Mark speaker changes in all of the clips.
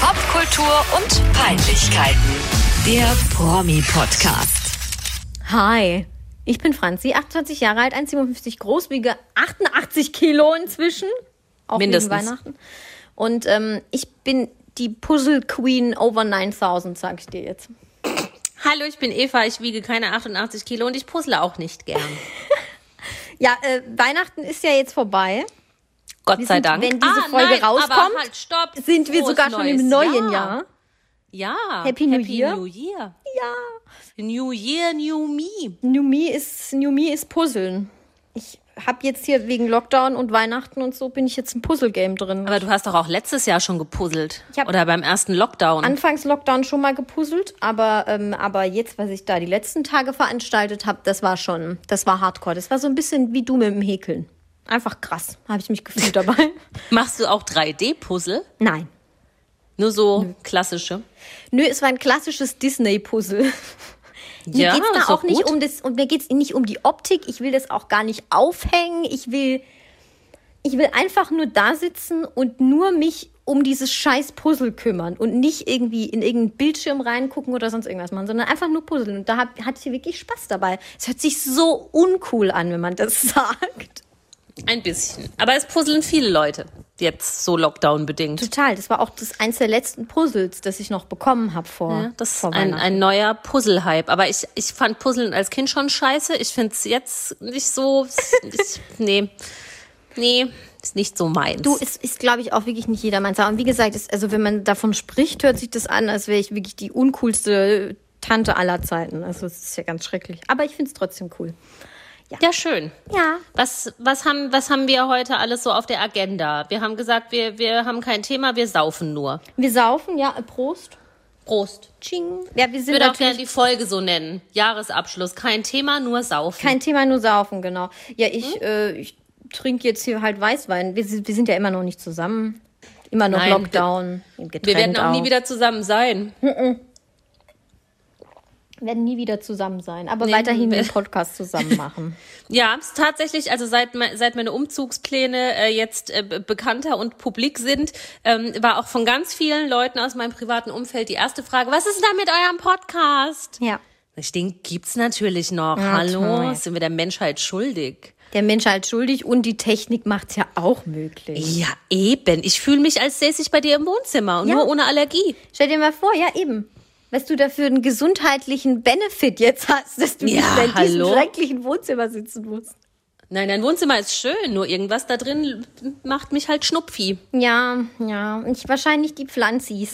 Speaker 1: Popkultur und Peinlichkeiten. Der Promi-Podcast.
Speaker 2: Hi, ich bin Franzi, 28 Jahre alt, 1,57 groß, wiege 88 Kilo inzwischen. Auch
Speaker 1: Mindestens.
Speaker 2: wegen Weihnachten. Und ähm, ich bin die Puzzle Queen over 9000, sag ich dir jetzt.
Speaker 3: Hallo, ich bin Eva, ich wiege keine 88 Kilo und ich puzzle auch nicht gern.
Speaker 2: Ja, äh, Weihnachten ist ja jetzt vorbei.
Speaker 3: Gott sei
Speaker 2: sind,
Speaker 3: Dank. Ah,
Speaker 2: wenn diese Folge
Speaker 3: nein,
Speaker 2: rauskommt,
Speaker 3: aber halt, stopp.
Speaker 2: Sind wir
Speaker 3: Frohes
Speaker 2: sogar schon im
Speaker 3: Neues
Speaker 2: neuen Jahr?
Speaker 3: Ja.
Speaker 2: Happy New Year.
Speaker 3: New Year.
Speaker 2: Ja.
Speaker 3: New Year, New Me.
Speaker 2: New Me ist, New Me ist Puzzeln. Ich habe jetzt hier wegen Lockdown und Weihnachten und so bin ich jetzt im Puzzle-Game drin.
Speaker 3: Aber du hast doch auch letztes Jahr schon gepuzzelt.
Speaker 2: Ich hab-
Speaker 3: Oder beim ersten Lockdown.
Speaker 2: Anfangs Lockdown schon mal gepuzzelt, aber, ähm, aber jetzt, was ich da die letzten Tage veranstaltet habe, das war schon, das war hardcore. Das war so ein bisschen wie du mit dem Häkeln. Einfach krass, habe ich mich gefühlt dabei.
Speaker 3: Machst du auch 3D-Puzzle?
Speaker 2: Nein.
Speaker 3: Nur so klassische.
Speaker 2: Nö, es war ein klassisches Disney-Puzzle. Mir
Speaker 3: Ja,
Speaker 2: geht's
Speaker 3: ist
Speaker 2: da auch
Speaker 3: doch
Speaker 2: nicht
Speaker 3: gut.
Speaker 2: um das und mir geht's nicht um die Optik. Ich will das auch gar nicht aufhängen. Ich will, ich will einfach nur da sitzen und nur mich um dieses scheiß Puzzle kümmern und nicht irgendwie in irgendeinen Bildschirm reingucken oder sonst irgendwas machen, sondern einfach nur puzzeln. Und da hab, hatte ich wirklich Spaß dabei. Es hört sich so uncool an, wenn man das sagt.
Speaker 3: Ein bisschen. Aber es puzzeln viele Leute. Jetzt so Lockdown-bedingt.
Speaker 2: Total. Das war auch das eins der letzten Puzzles, das ich noch bekommen habe vor.
Speaker 3: Ja, das ist
Speaker 2: vor
Speaker 3: ein,
Speaker 2: Weihnachten.
Speaker 3: ein neuer Puzzle-Hype. Aber ich, ich fand Puzzeln als Kind schon scheiße. Ich finde es jetzt nicht so. Ich, nee. Nee, ist nicht so meins.
Speaker 2: Du, Oh, es ist, glaube ich, auch wirklich nicht jedermanns Sache. Und wie gesagt, es, also wenn man davon spricht, hört sich das an, als wäre ich wirklich die uncoolste Tante aller Zeiten. Also es ist ja ganz schrecklich. Aber ich finde es trotzdem cool.
Speaker 3: ja, schön.
Speaker 2: Ja.
Speaker 3: Was, was, haben, was haben wir heute alles so auf der Agenda? Wir haben gesagt, wir, wir haben kein Thema, wir saufen nur.
Speaker 2: Wir saufen, ja, äh, Prost.
Speaker 3: Prost.
Speaker 2: Ching. Ja, wir
Speaker 3: Ich
Speaker 2: sind
Speaker 3: würde auch
Speaker 2: natürlich
Speaker 3: gerne die Folge so nennen. Jahresabschluss. Kein Thema, nur saufen.
Speaker 2: kein Thema, nur saufen, genau. Ja, ich,
Speaker 3: Hm?
Speaker 2: äh, ich trinke jetzt hier halt Weißwein. Wir, sind- wir sind ja immer noch nicht zusammen. Immer noch
Speaker 3: Nein,
Speaker 2: Lockdown.
Speaker 3: wir werden auch nie
Speaker 2: wieder
Speaker 3: wieder zusammen sein.
Speaker 2: werden nie wieder zusammen sein, aber
Speaker 3: Nee,
Speaker 2: weiterhin
Speaker 3: wir-
Speaker 2: den Podcast zusammen machen.
Speaker 3: Ja, ist tatsächlich, also seit, me- seit meine Umzugspläne äh, jetzt äh, be- bekannter und publik sind, ähm, war auch von ganz vielen Leuten aus meinem privaten Umfeld die erste Frage, was ist denn da mit eurem Podcast?
Speaker 2: ja.
Speaker 3: Ich denke, gibt's natürlich noch.
Speaker 2: Ja,
Speaker 3: Hallo,
Speaker 2: toll.
Speaker 3: sind wir der Menschheit schuldig?
Speaker 2: Der Mensch halt schuldig und die Technik macht's ja auch möglich.
Speaker 3: Ja, eben. Ich fühle mich, als säße ich bei dir im Wohnzimmer und
Speaker 2: Ja.
Speaker 3: nur ohne Allergie.
Speaker 2: Stell dir mal vor, ja eben. Was du da für einen gesundheitlichen Benefit jetzt hast, dass du
Speaker 3: Ja,
Speaker 2: nicht mehr in diesem
Speaker 3: hallo?
Speaker 2: schrecklichen Wohnzimmer sitzen musst.
Speaker 3: Nein, dein Wohnzimmer ist schön, nur irgendwas da drin macht mich halt Schnupfi.
Speaker 2: Ja, ja. Und ich, wahrscheinlich die Pflanzis.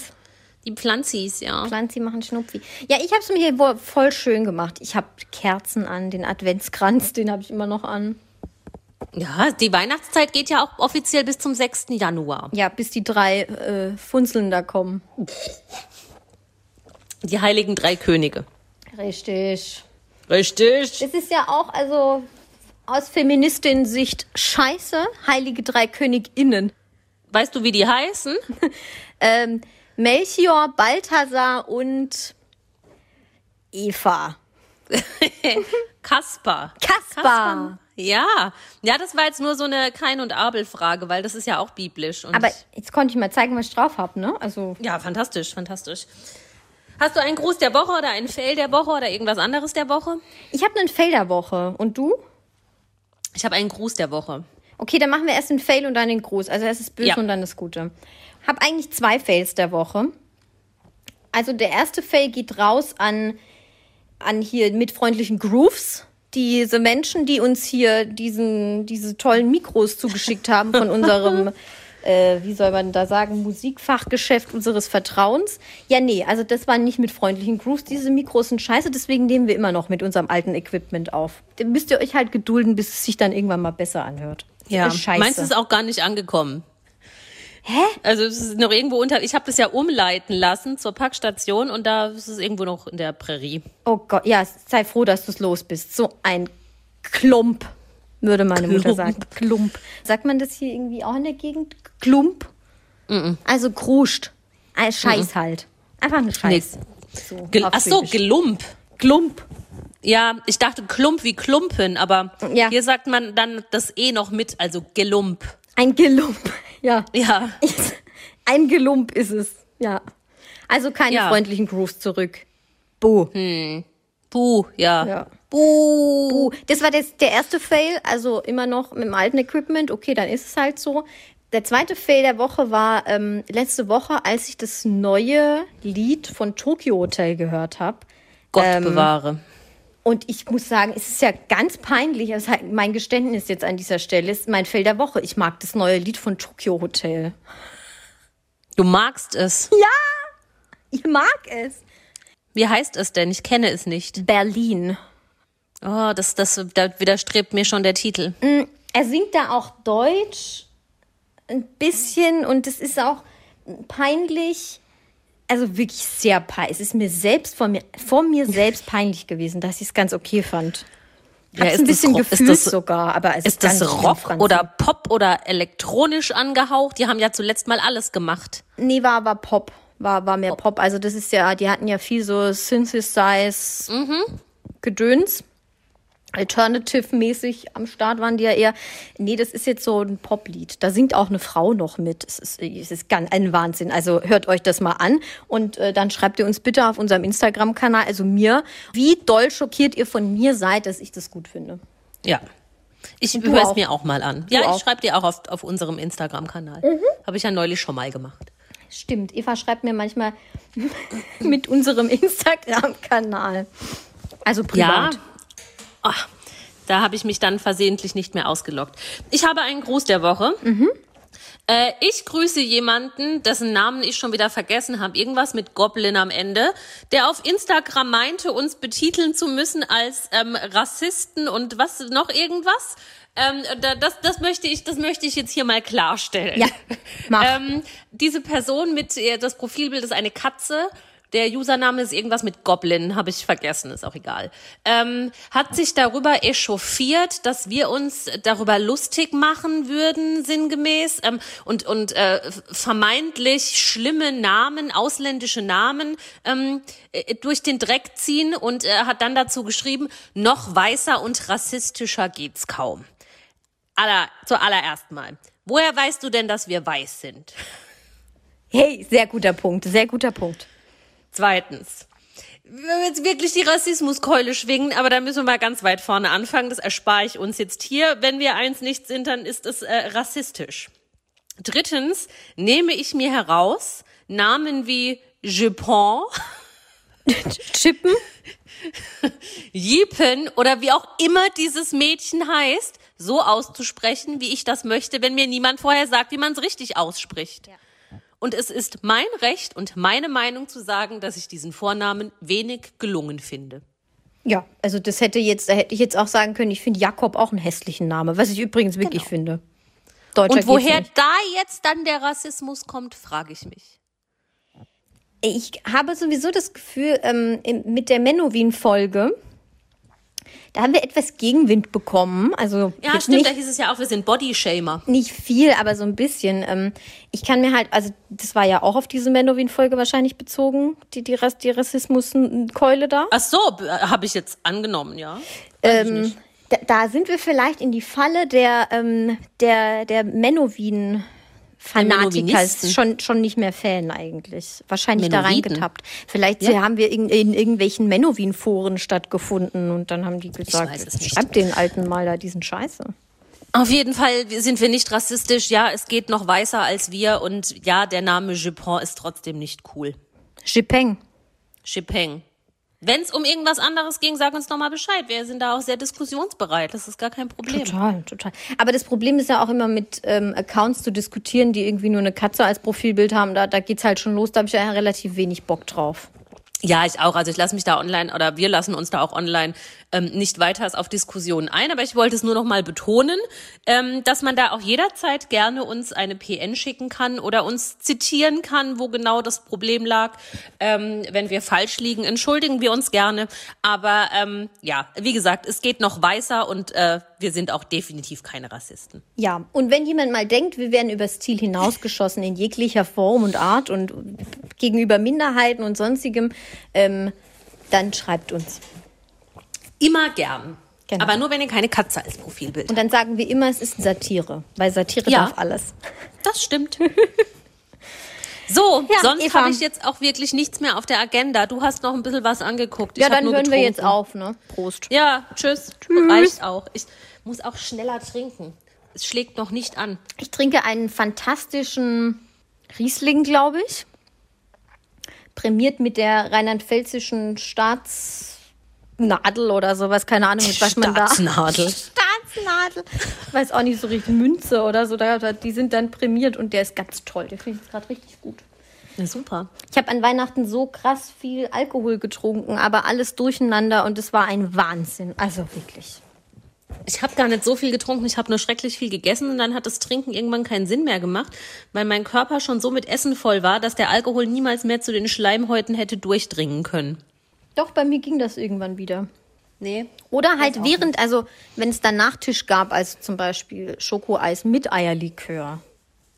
Speaker 3: Die Pflanzis, ja.
Speaker 2: Pflanzi machen Schnupfi. Ja, ich habe es mir hier wohl voll schön gemacht. Ich habe Kerzen an, den Adventskranz, den habe ich immer noch an.
Speaker 3: Ja, die Weihnachtszeit geht ja auch offiziell bis zum 6. Januar.
Speaker 2: Ja, bis die drei äh, Funzeln da kommen.
Speaker 3: Die heiligen drei Könige.
Speaker 2: Richtig.
Speaker 3: Richtig.
Speaker 2: Es ist ja auch, also aus Feministin-Sicht scheiße, heilige drei KönigInnen.
Speaker 3: Weißt du, wie die heißen?
Speaker 2: Ähm, Melchior, Balthasar und Eva.
Speaker 3: Kaspar.
Speaker 2: Kaspar.
Speaker 3: Ja, ja, das war jetzt nur so eine Kain und Abel Frage, weil das ist ja auch biblisch und
Speaker 2: Aber jetzt konnte ich mal zeigen, was ich drauf habe, ne? Also,
Speaker 3: ja, fantastisch, fantastisch. Hast du einen Gruß der Woche oder einen Fail der Woche oder irgendwas anderes der Woche?
Speaker 2: ich habe eine Felderwoche. Und du?
Speaker 3: Ich habe einen Gruß der Woche.
Speaker 2: Okay, dann machen wir erst den Fail und dann den Gruß. Also erst das Böse
Speaker 3: Ja.
Speaker 2: und dann das Gute. Hab eigentlich zwei Fails der Woche. Also der erste Fail geht raus an, an hier mit freundlichen Grooves. Diese Menschen, die uns hier diesen, diese tollen Mikros zugeschickt haben von unserem, äh, wie soll man da sagen, Musikfachgeschäft unseres Vertrauens. Ja, nee, also das war nicht mit freundlichen Grooves. Diese Mikros sind scheiße, deswegen nehmen wir immer noch mit unserem alten Equipment auf. Da müsst ihr euch halt gedulden, bis es sich dann irgendwann mal besser anhört. Ist scheiße.
Speaker 3: Meins ist auch gar nicht angekommen. Hä? Also es ist noch irgendwo unter. Ich habe das ja umleiten lassen zur Packstation und da ist es irgendwo noch in der Prärie.
Speaker 2: Oh Gott, ja, sei froh, dass du es los bist. So ein Klump, würde meine Mutter
Speaker 3: Klump.
Speaker 2: sagen. Klump. Sagt man das hier irgendwie auch in der Gegend? Klump? Also kruscht. Ein Scheiß halt. Einfach ein Scheiß. So,
Speaker 3: Gel
Speaker 2: auf
Speaker 3: Ach so,
Speaker 2: Schwäbisch.
Speaker 3: Gelump.
Speaker 2: Klump.
Speaker 3: Ja, ich dachte Klump wie Klumpen, aber
Speaker 2: Ja.
Speaker 3: hier sagt man dann das E noch mit, also Gelump.
Speaker 2: Ein Gelump. Ja.
Speaker 3: Ja.
Speaker 2: Ein Gelump ist es. Ja. Also keine
Speaker 3: Ja.
Speaker 2: freundlichen Grooves zurück. Buh.
Speaker 3: Buh, ja.
Speaker 2: Ja.
Speaker 3: Buh.
Speaker 2: Buh. Oh, Das war das, der erste Fail, also immer noch mit dem alten Equipment. Okay, dann ist es halt so. Der zweite Fail der Woche war ähm, letzte Woche, als ich das neue Lied von Tokyo Hotel gehört habe.
Speaker 3: Gott
Speaker 2: Ähm.
Speaker 3: bewahre.
Speaker 2: Und ich muss sagen, es ist ja ganz peinlich, also halt mein Geständnis jetzt an dieser Stelle ist mein Fail der Woche. Ich mag das neue Lied von Tokyo Hotel.
Speaker 3: Du magst es.
Speaker 2: Ich mag es.
Speaker 3: Wie heißt es denn? Ich kenne es nicht.
Speaker 2: Berlin.
Speaker 3: Oh, das, das, da widerstrebt mir schon der Titel.
Speaker 2: Hm, Er singt da auch Deutsch ein bisschen und es ist auch peinlich. Also wirklich sehr peinlich. Es ist mir selbst vor mir, vor mir selbst peinlich gewesen, dass ich es ganz okay fand. Ich
Speaker 3: Ja,
Speaker 2: habe
Speaker 3: ist
Speaker 2: es ein
Speaker 3: das
Speaker 2: bisschen
Speaker 3: Rock- ist
Speaker 2: gefühlt
Speaker 3: das-
Speaker 2: sogar, aber es ist,
Speaker 3: Ist das
Speaker 2: ganz schlimm,
Speaker 3: Rock
Speaker 2: Franzi.
Speaker 3: oder Pop oder elektronisch angehaucht? Die haben ja zuletzt mal alles gemacht.
Speaker 2: Nee, war aber Pop. War, war mehr Pop. Also das ist ja, die hatten ja viel so Synthesize Gedöns. Alternative-mäßig am Start waren die ja eher. Nee, das ist jetzt so ein Poplied. Da singt auch eine Frau noch mit. Es ist, es ist ganz ein Wahnsinn. Also hört euch das mal an und äh, dann schreibt ihr uns bitte auf unserem Instagram-Kanal, also mir, wie doll schockiert ihr von mir seid, dass ich das gut finde.
Speaker 3: Ja. Ich
Speaker 2: du
Speaker 3: höre
Speaker 2: auch.
Speaker 3: es mir auch mal an. ja,
Speaker 2: auch. Mhm.
Speaker 3: ich schreibe dir auch auf, auf unserem Instagram-Kanal. Habe ich ja neulich schon mal gemacht.
Speaker 2: Stimmt, Eva schreibt mir manchmal mit unserem Instagram-Kanal. Also privat.
Speaker 3: Ja. Ach, da habe ich mich dann versehentlich nicht mehr ausgelockt. Ich habe einen Gruß der Woche.
Speaker 2: Mhm.
Speaker 3: Äh, ich grüße jemanden, dessen Namen ich schon wieder vergessen habe. Irgendwas mit Goblin am Ende, der auf Instagram meinte, uns betiteln zu müssen als ähm, Rassisten und was noch irgendwas. Ähm, da, das, das, möchte ich, das möchte ich jetzt hier mal klarstellen.
Speaker 2: Ja, mach.
Speaker 3: Ähm, diese Person mit äh, das Profilbild ist eine Katze. Der Username ist irgendwas mit Goblin, habe ich vergessen, ist auch egal. Ähm, hat sich darüber echauffiert, dass wir uns darüber lustig machen würden, sinngemäß, ähm, und, und äh, vermeintlich schlimme Namen, ausländische Namen ähm, äh, durch den Dreck ziehen und äh, hat dann dazu geschrieben, noch weißer und rassistischer geht's kaum. Aller, zuallererst mal. Woher weißt du denn, dass wir weiß sind?
Speaker 2: Hey, sehr guter Punkt, sehr guter Punkt.
Speaker 3: Zweitens. Wenn wir jetzt wirklich die Rassismuskeule schwingen, aber da müssen wir mal ganz weit vorne anfangen. Das erspare ich uns jetzt hier. Wenn wir eins nicht sind, dann ist es äh, rassistisch. Drittens nehme ich mir heraus Namen wie Japon,
Speaker 2: Chippen?
Speaker 3: Yipen oder wie auch immer dieses Mädchen heißt, so auszusprechen, wie ich das möchte, wenn mir niemand vorher sagt, wie man es richtig ausspricht. Und es ist mein Recht und meine Meinung zu sagen, dass ich diesen Vornamen wenig gelungen finde.
Speaker 2: Ja, also das hätte jetzt, da hätte ich jetzt auch sagen können, ich finde Jakob auch einen hässlichen Namen, was ich übrigens wirklich finde. Deutscher
Speaker 3: Und
Speaker 2: geht's
Speaker 3: woher
Speaker 2: nicht.
Speaker 3: da jetzt dann der Rassismus kommt, frage ich mich.
Speaker 2: Ich habe sowieso das Gefühl, ähm, im- mit der Menowin-Folge, da haben wir etwas Gegenwind bekommen. Also
Speaker 3: Ja,
Speaker 2: jetzt
Speaker 3: stimmt, da
Speaker 2: nicht,
Speaker 3: hieß es ja auch, wir sind Bodyshamer.
Speaker 2: nicht viel, aber so ein bisschen. Ähm, ich kann mir halt, also das war ja auch auf diese Menowin-Folge wahrscheinlich bezogen, die, die, Rass- die Rassismus-Keule da.
Speaker 3: Ach so, b- habe ich jetzt angenommen, ja.
Speaker 2: Ähm, da, da sind wir vielleicht in die Falle der, ähm, der, der Menowin. Fanatiker
Speaker 3: Menovinisten.
Speaker 2: ist schon, schon nicht mehr Fan eigentlich. Wahrscheinlich da
Speaker 3: Menowiten.
Speaker 2: reingetappt. Vielleicht haben wir in, in irgendwelchen Menowin-Foren stattgefunden und dann haben die gesagt,
Speaker 3: weiß es nicht.
Speaker 2: schreibt den Alten mal da diesen Scheiße.
Speaker 3: Auf jeden Fall sind wir nicht rassistisch. Ja, es geht noch weißer als wir. Und ja, der Name Japon ist trotzdem nicht cool.
Speaker 2: Jipeng.
Speaker 3: Chipeng. Wenn es um irgendwas anderes ging, sag uns nochmal Bescheid. Wir sind da auch sehr diskussionsbereit. Das ist gar kein Problem.
Speaker 2: Total, total. Aber das Problem ist ja auch immer mit ähm, Accounts zu diskutieren, die irgendwie nur eine Katze als Profilbild haben. Da, da geht's halt schon los. Da habe ich ja relativ wenig Bock drauf.
Speaker 3: Ja, ich auch. Also ich lasse mich da online oder wir lassen uns da auch online ähm, nicht weiter auf Diskussionen ein. Aber ich wollte es nur noch mal betonen, ähm, dass man da auch jederzeit gerne uns eine PN schicken kann oder uns zitieren kann, wo genau das Problem lag. Ähm, wenn wir falsch liegen, entschuldigen wir uns gerne. Aber ähm, ja, wie gesagt, es geht noch weißer und äh, wir sind auch definitiv keine Rassisten.
Speaker 2: Ja, und wenn jemand mal denkt, wir werden übers Ziel hinausgeschossen in jeglicher Form und Art und gegenüber Minderheiten und sonstigem, ähm, dann schreibt uns.
Speaker 3: Immer gern.
Speaker 2: Genau.
Speaker 3: Aber nur, wenn ihr keine Katze als Profilbild
Speaker 2: Und dann sagen wir immer, es ist Satire, weil Satire
Speaker 3: Ja.
Speaker 2: darf alles.
Speaker 3: Das stimmt. So,
Speaker 2: Ja,
Speaker 3: sonst
Speaker 2: Eva.
Speaker 3: habe ich jetzt auch wirklich nichts mehr auf der Agenda. Du hast noch ein bisschen was angeguckt. Ich
Speaker 2: Ja,
Speaker 3: hab
Speaker 2: dann
Speaker 3: nur
Speaker 2: hören wir
Speaker 3: getrunken.
Speaker 2: jetzt auf, ne? Prost.
Speaker 3: Ja, tschüss. tschüss. Reicht auch. Ich muss auch schneller trinken. Es schlägt noch nicht an.
Speaker 2: Ich trinke einen fantastischen Riesling, glaube ich. Prämiert mit der rheinland-pfälzischen Staatsnadel oder sowas. Keine Ahnung, mit was man da.
Speaker 3: Staatsnadel.
Speaker 2: Staatsnadel. Ich weiß auch nicht so richtig. Münze oder so. da- da- Die sind dann prämiert und der ist ganz toll. Der finde ich jetzt gerade richtig gut.
Speaker 3: Ja, super.
Speaker 2: Ich habe an Weihnachten so krass viel Alkohol getrunken, aber alles durcheinander und es war ein Wahnsinn. Also wirklich.
Speaker 3: Ich habe gar nicht so viel getrunken, ich habe nur schrecklich viel gegessen und dann hat das Trinken irgendwann keinen Sinn mehr gemacht, weil mein Körper schon so mit Essen voll war, dass der Alkohol niemals mehr zu den Schleimhäuten hätte durchdringen können.
Speaker 2: Doch, bei mir ging das irgendwann wieder.
Speaker 3: Nee.
Speaker 2: Oder halt während, also wenn es dann Nachtisch gab, also zum Beispiel Schokoeis mit Eierlikör.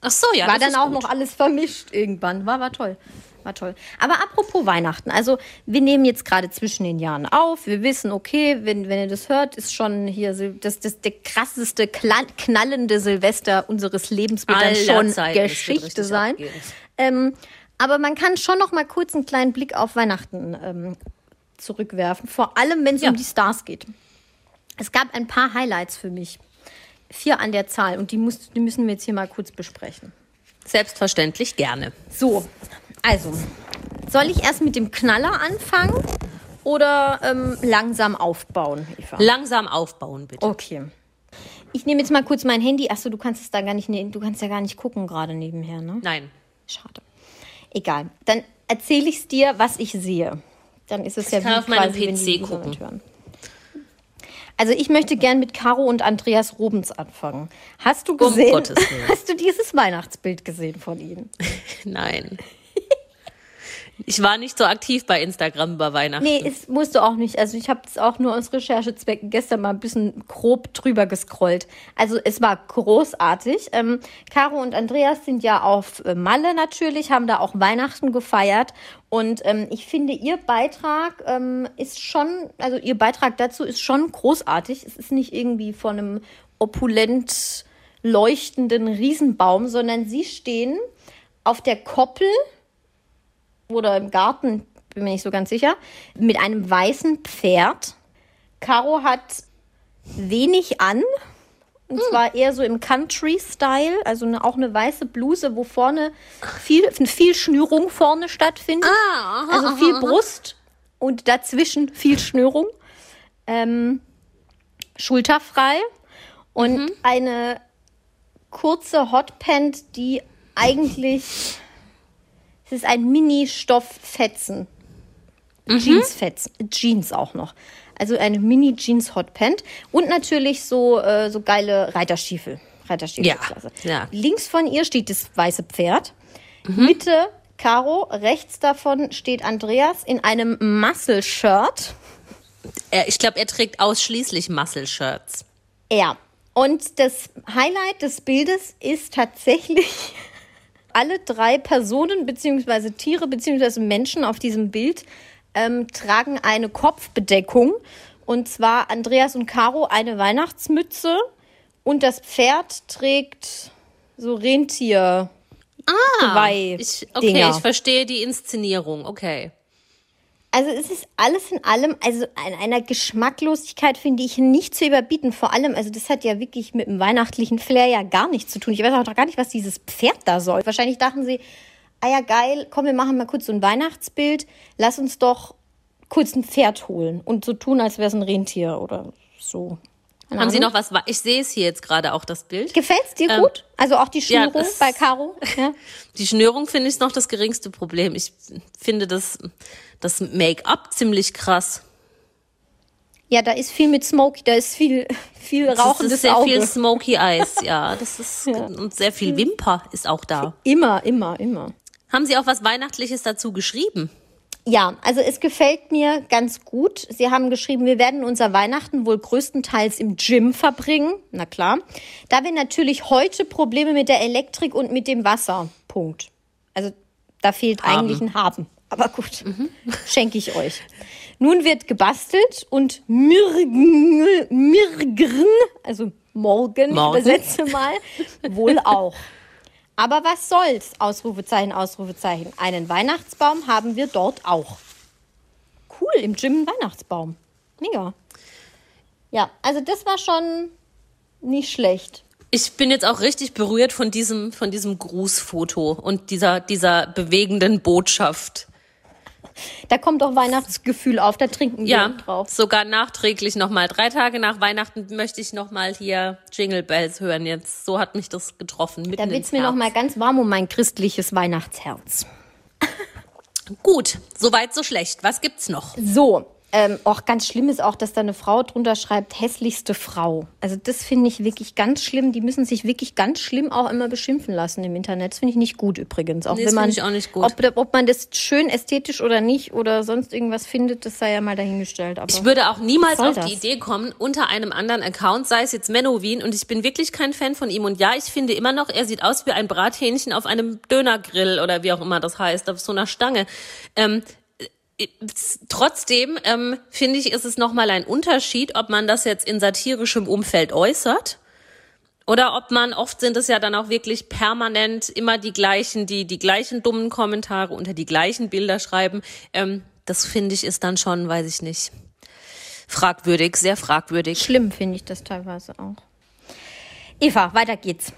Speaker 3: Ach so, ja.
Speaker 2: War
Speaker 3: das
Speaker 2: dann
Speaker 3: ist
Speaker 2: auch
Speaker 3: gut.
Speaker 2: noch alles vermischt irgendwann. War, war toll. War toll. Aber apropos Weihnachten, also wir nehmen jetzt gerade zwischen den Jahren auf. Wir wissen, okay, wenn, wenn ihr das hört, ist schon hier Sil- das, das, der krasseste, kla- knallende Silvester unseres Lebens wird dann
Speaker 3: Aller
Speaker 2: schon
Speaker 3: Zeiten, es wird
Speaker 2: Geschichte
Speaker 3: richtig
Speaker 2: sein.
Speaker 3: abgehen.
Speaker 2: Ähm, aber man kann schon noch mal kurz einen kleinen Blick auf Weihnachten ähm, zurückwerfen. Vor allem, wenn es
Speaker 3: Ja.
Speaker 2: um die Stars geht. Es gab ein paar Highlights für mich. Vier an der Zahl. Und die, muss, die müssen wir jetzt hier mal kurz besprechen.
Speaker 3: Selbstverständlich gerne.
Speaker 2: So, also, soll ich erst mit dem Knaller anfangen oder ähm, langsam aufbauen, Eva?
Speaker 3: Langsam aufbauen, bitte.
Speaker 2: Okay. Ich nehme jetzt mal kurz mein Handy. Achso, du kannst es da gar nicht, ne- du kannst ja gar nicht gucken gerade nebenher, ne?
Speaker 3: Nein.
Speaker 2: Schade. Egal. Dann erzähle ich es dir, was ich sehe. Dann ist es ja
Speaker 3: kann
Speaker 2: wie
Speaker 3: auf meinem
Speaker 2: quasi, wenn die
Speaker 3: PC
Speaker 2: User
Speaker 3: gucken.
Speaker 2: mithören. Also ich möchte gern mit Caro und Andreas Robens anfangen. Hast du gesehen?
Speaker 3: Um Gottes Willen.
Speaker 2: hast du dieses Weihnachtsbild gesehen von ihnen?
Speaker 3: Nein. Ich war nicht so aktiv bei Instagram über Weihnachten.
Speaker 2: Nee, es musst du auch nicht. Also ich habe es auch nur aus Recherchezwecken gestern mal ein bisschen grob drüber gescrollt. Also es war großartig. Ähm, Caro und Andreas sind ja auf äh, Malle natürlich, haben da auch Weihnachten gefeiert. Und ähm, ich finde, ihr Beitrag ähm, ist schon, also ihr Beitrag dazu ist schon großartig. Es ist nicht irgendwie von einem opulent leuchtenden Riesenbaum, sondern sie stehen auf der Koppel oder im Garten, bin mir nicht so ganz sicher, mit einem weißen Pferd. Caro hat wenig an. Und zwar eher so im Country-Style, also eine, auch eine weiße Bluse, wo vorne viel, viel Schnürung vorne stattfindet. also viel Brust und dazwischen viel Schnürung. Ähm, schulterfrei und
Speaker 3: Mhm.
Speaker 2: eine kurze Hotpant, die eigentlich es ist ein Mini-Stofffetzen.
Speaker 3: Mhm.
Speaker 2: Jeansfetzen. Jeans auch noch. Also eine Mini-Jeans-Hotpant. Und natürlich so, äh, so geile Reiterstiefel. Reiterstiefel.
Speaker 3: Ja, ja. Mhm.
Speaker 2: Links von ihr steht das weiße Pferd. Mitte Caro, rechts davon steht Andreas in einem Muscle-Shirt.
Speaker 3: Er, ich glaube, er trägt ausschließlich Muscle-Shirts.
Speaker 2: Ja. Und das Highlight des Bildes ist tatsächlich alle drei Personen beziehungsweise Tiere beziehungsweise Menschen auf diesem Bild ähm, tragen eine Kopfbedeckung. Und zwar Andreas und Caro eine Weihnachtsmütze und das Pferd trägt so Rentier. Ah,
Speaker 3: Ich, okay, ich verstehe die Inszenierung. Okay.
Speaker 2: Also es ist alles in allem, also an einer Geschmacklosigkeit finde ich nicht zu überbieten. Vor allem, also das hat ja wirklich mit dem weihnachtlichen Flair ja gar nichts zu tun. Ich weiß auch noch gar nicht, was dieses Pferd da soll. Wahrscheinlich dachten sie, ah ja geil, komm, wir machen mal kurz so ein Weihnachtsbild. Lass uns doch kurz ein Pferd holen und so tun, als wäre es ein Rentier oder so. Keine
Speaker 3: Haben Sie
Speaker 2: Ahnung.
Speaker 3: noch was? wa- Ich sehe es hier jetzt gerade auch, das Bild.
Speaker 2: Gefällt's dir
Speaker 3: Ähm,
Speaker 2: gut? Also auch die
Speaker 3: ja,
Speaker 2: Schnürung
Speaker 3: das-
Speaker 2: bei Caro? Ja.
Speaker 3: Die Schnürung finde ich noch das geringste Problem. Ich finde das, das Make-up ziemlich krass.
Speaker 2: ja, da ist viel mit Smoky, da ist viel, viel
Speaker 3: das
Speaker 2: rauchendes
Speaker 3: ist sehr
Speaker 2: Auge.
Speaker 3: viel Smoky Eyes, ja. Das ist, und sehr viel Wimper ist auch da.
Speaker 2: immer, immer, immer.
Speaker 3: Haben Sie auch was Weihnachtliches dazu geschrieben?
Speaker 2: Ja, also es gefällt mir ganz gut. Sie haben geschrieben, wir werden unser Weihnachten wohl größtenteils im Gym verbringen. Na klar. Da wir natürlich heute Probleme mit der Elektrik und mit dem Wasser. Punkt. Also da fehlt
Speaker 3: Haben. Mhm.
Speaker 2: eigentlich ein Haben. Aber gut, schenke ich euch. Nun wird gebastelt und mirgen, mirgen, also morgen,
Speaker 3: Morgen.
Speaker 2: ich übersetze mal, wohl auch. Aber was soll's? Ausrufezeichen, Ausrufezeichen. Einen Weihnachtsbaum haben wir dort auch. Cool, im Gym ein Weihnachtsbaum. Mega. Ja, also das war schon nicht schlecht.
Speaker 3: Ich bin jetzt auch richtig berührt von diesem, von diesem Grußfoto und dieser, dieser bewegenden Botschaft.
Speaker 2: Da kommt doch Weihnachtsgefühl auf, da trinken wir
Speaker 3: Ja,
Speaker 2: drauf.
Speaker 3: sogar nachträglich nochmal. Drei Tage nach Weihnachten möchte ich nochmal hier Jingle Bells hören jetzt. So hat mich das getroffen. Mitten
Speaker 2: Da wird's
Speaker 3: ins
Speaker 2: mir
Speaker 3: Herz.
Speaker 2: nochmal ganz warm um mein christliches Weihnachtsherz.
Speaker 3: Gut, soweit so schlecht. Was gibt's noch?
Speaker 2: So, ähm, auch ganz schlimm ist auch, dass da eine Frau drunter schreibt, hässlichste Frau. Also das finde ich wirklich ganz schlimm. Die müssen sich wirklich ganz schlimm auch immer beschimpfen lassen im Internet. Das finde ich nicht gut übrigens. Auch
Speaker 3: Nee, das
Speaker 2: wenn man,
Speaker 3: finde ich auch nicht gut.
Speaker 2: Ob, ob man das schön ästhetisch oder nicht oder sonst irgendwas findet, das sei ja mal dahingestellt. Aber
Speaker 3: Ich würde auch niemals
Speaker 2: Was soll
Speaker 3: auf die
Speaker 2: das?
Speaker 3: Idee kommen, unter einem anderen Account, sei es jetzt Menno Wien, und ich bin wirklich kein Fan von ihm. Und ja, ich finde immer noch, er sieht aus wie ein Brathähnchen auf einem Dönergrill oder wie auch immer das heißt, auf so einer Stange. Ähm, äh, trotzdem ähm, finde ich, ist es nochmal ein Unterschied, ob man das jetzt in satirischem Umfeld äußert. Oder ob man, oft sind es ja dann auch wirklich permanent immer die gleichen, die die gleichen dummen Kommentare unter die gleichen Bilder schreiben. Ähm, das finde ich ist dann schon, weiß ich nicht, fragwürdig, sehr fragwürdig.
Speaker 2: schlimm finde ich das teilweise auch. Eva, weiter geht's.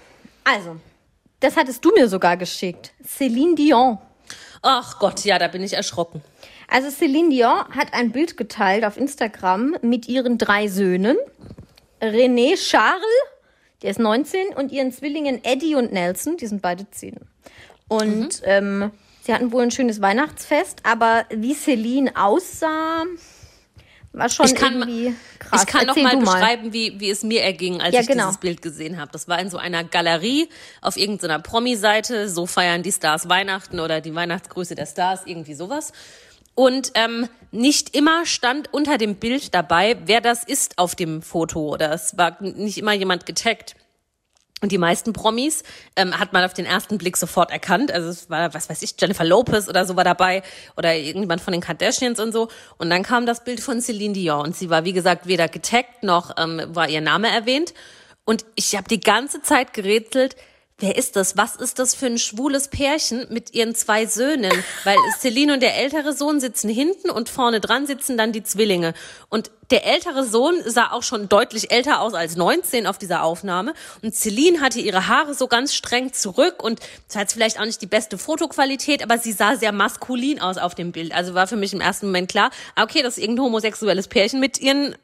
Speaker 2: Also, das hattest du mir sogar geschickt. Céline Dion.
Speaker 3: Ach Gott, ja, da bin ich erschrocken.
Speaker 2: Also Celine Dion hat ein Bild geteilt auf Instagram mit ihren drei Söhnen. René Charles, der ist 19, und ihren Zwillingen Eddie und Nelson, die sind beide 10. Und
Speaker 3: Mhm.
Speaker 2: ähm, sie hatten wohl ein schönes Weihnachtsfest, aber wie Celine aussah, war schon
Speaker 3: Ich kann-
Speaker 2: irgendwie krass.
Speaker 3: ich kann noch
Speaker 2: Erzähl
Speaker 3: mal
Speaker 2: du
Speaker 3: beschreiben, Wie, wie es mir erging, als
Speaker 2: Ja,
Speaker 3: ich
Speaker 2: genau.
Speaker 3: dieses Bild gesehen habe. Das war in so einer Galerie auf irgendeiner Promi-Seite. So feiern die Stars Weihnachten oder die Weihnachtsgrüße der Stars, irgendwie sowas. Und ähm, nicht immer stand unter dem Bild dabei, wer das ist auf dem Foto. Oder es war nicht immer jemand getaggt. Und die meisten Promis ähm, hat man auf den ersten Blick sofort erkannt. Also es war, was weiß ich, Jennifer Lopez oder so war dabei oder irgendjemand von den Kardashians und so. Und dann kam das Bild von Celine Dion und sie war, wie gesagt, weder getaggt noch ähm, war ihr Name erwähnt. Und ich habe die ganze Zeit gerätselt, wer ist das? Was ist das für ein schwules Pärchen mit ihren zwei Söhnen? Weil Celine und der ältere Sohn sitzen hinten und vorne dran sitzen dann die Zwillinge. Und der ältere Sohn sah auch schon deutlich älter aus als 19 auf dieser Aufnahme. Und Celine hatte ihre Haare so ganz streng zurück und zwar jetzt vielleicht auch nicht die beste Fotoqualität, aber sie sah sehr maskulin aus auf dem Bild. Also war für mich im ersten Moment klar, ah, okay, das ist irgendein homosexuelles Pärchen mit ihren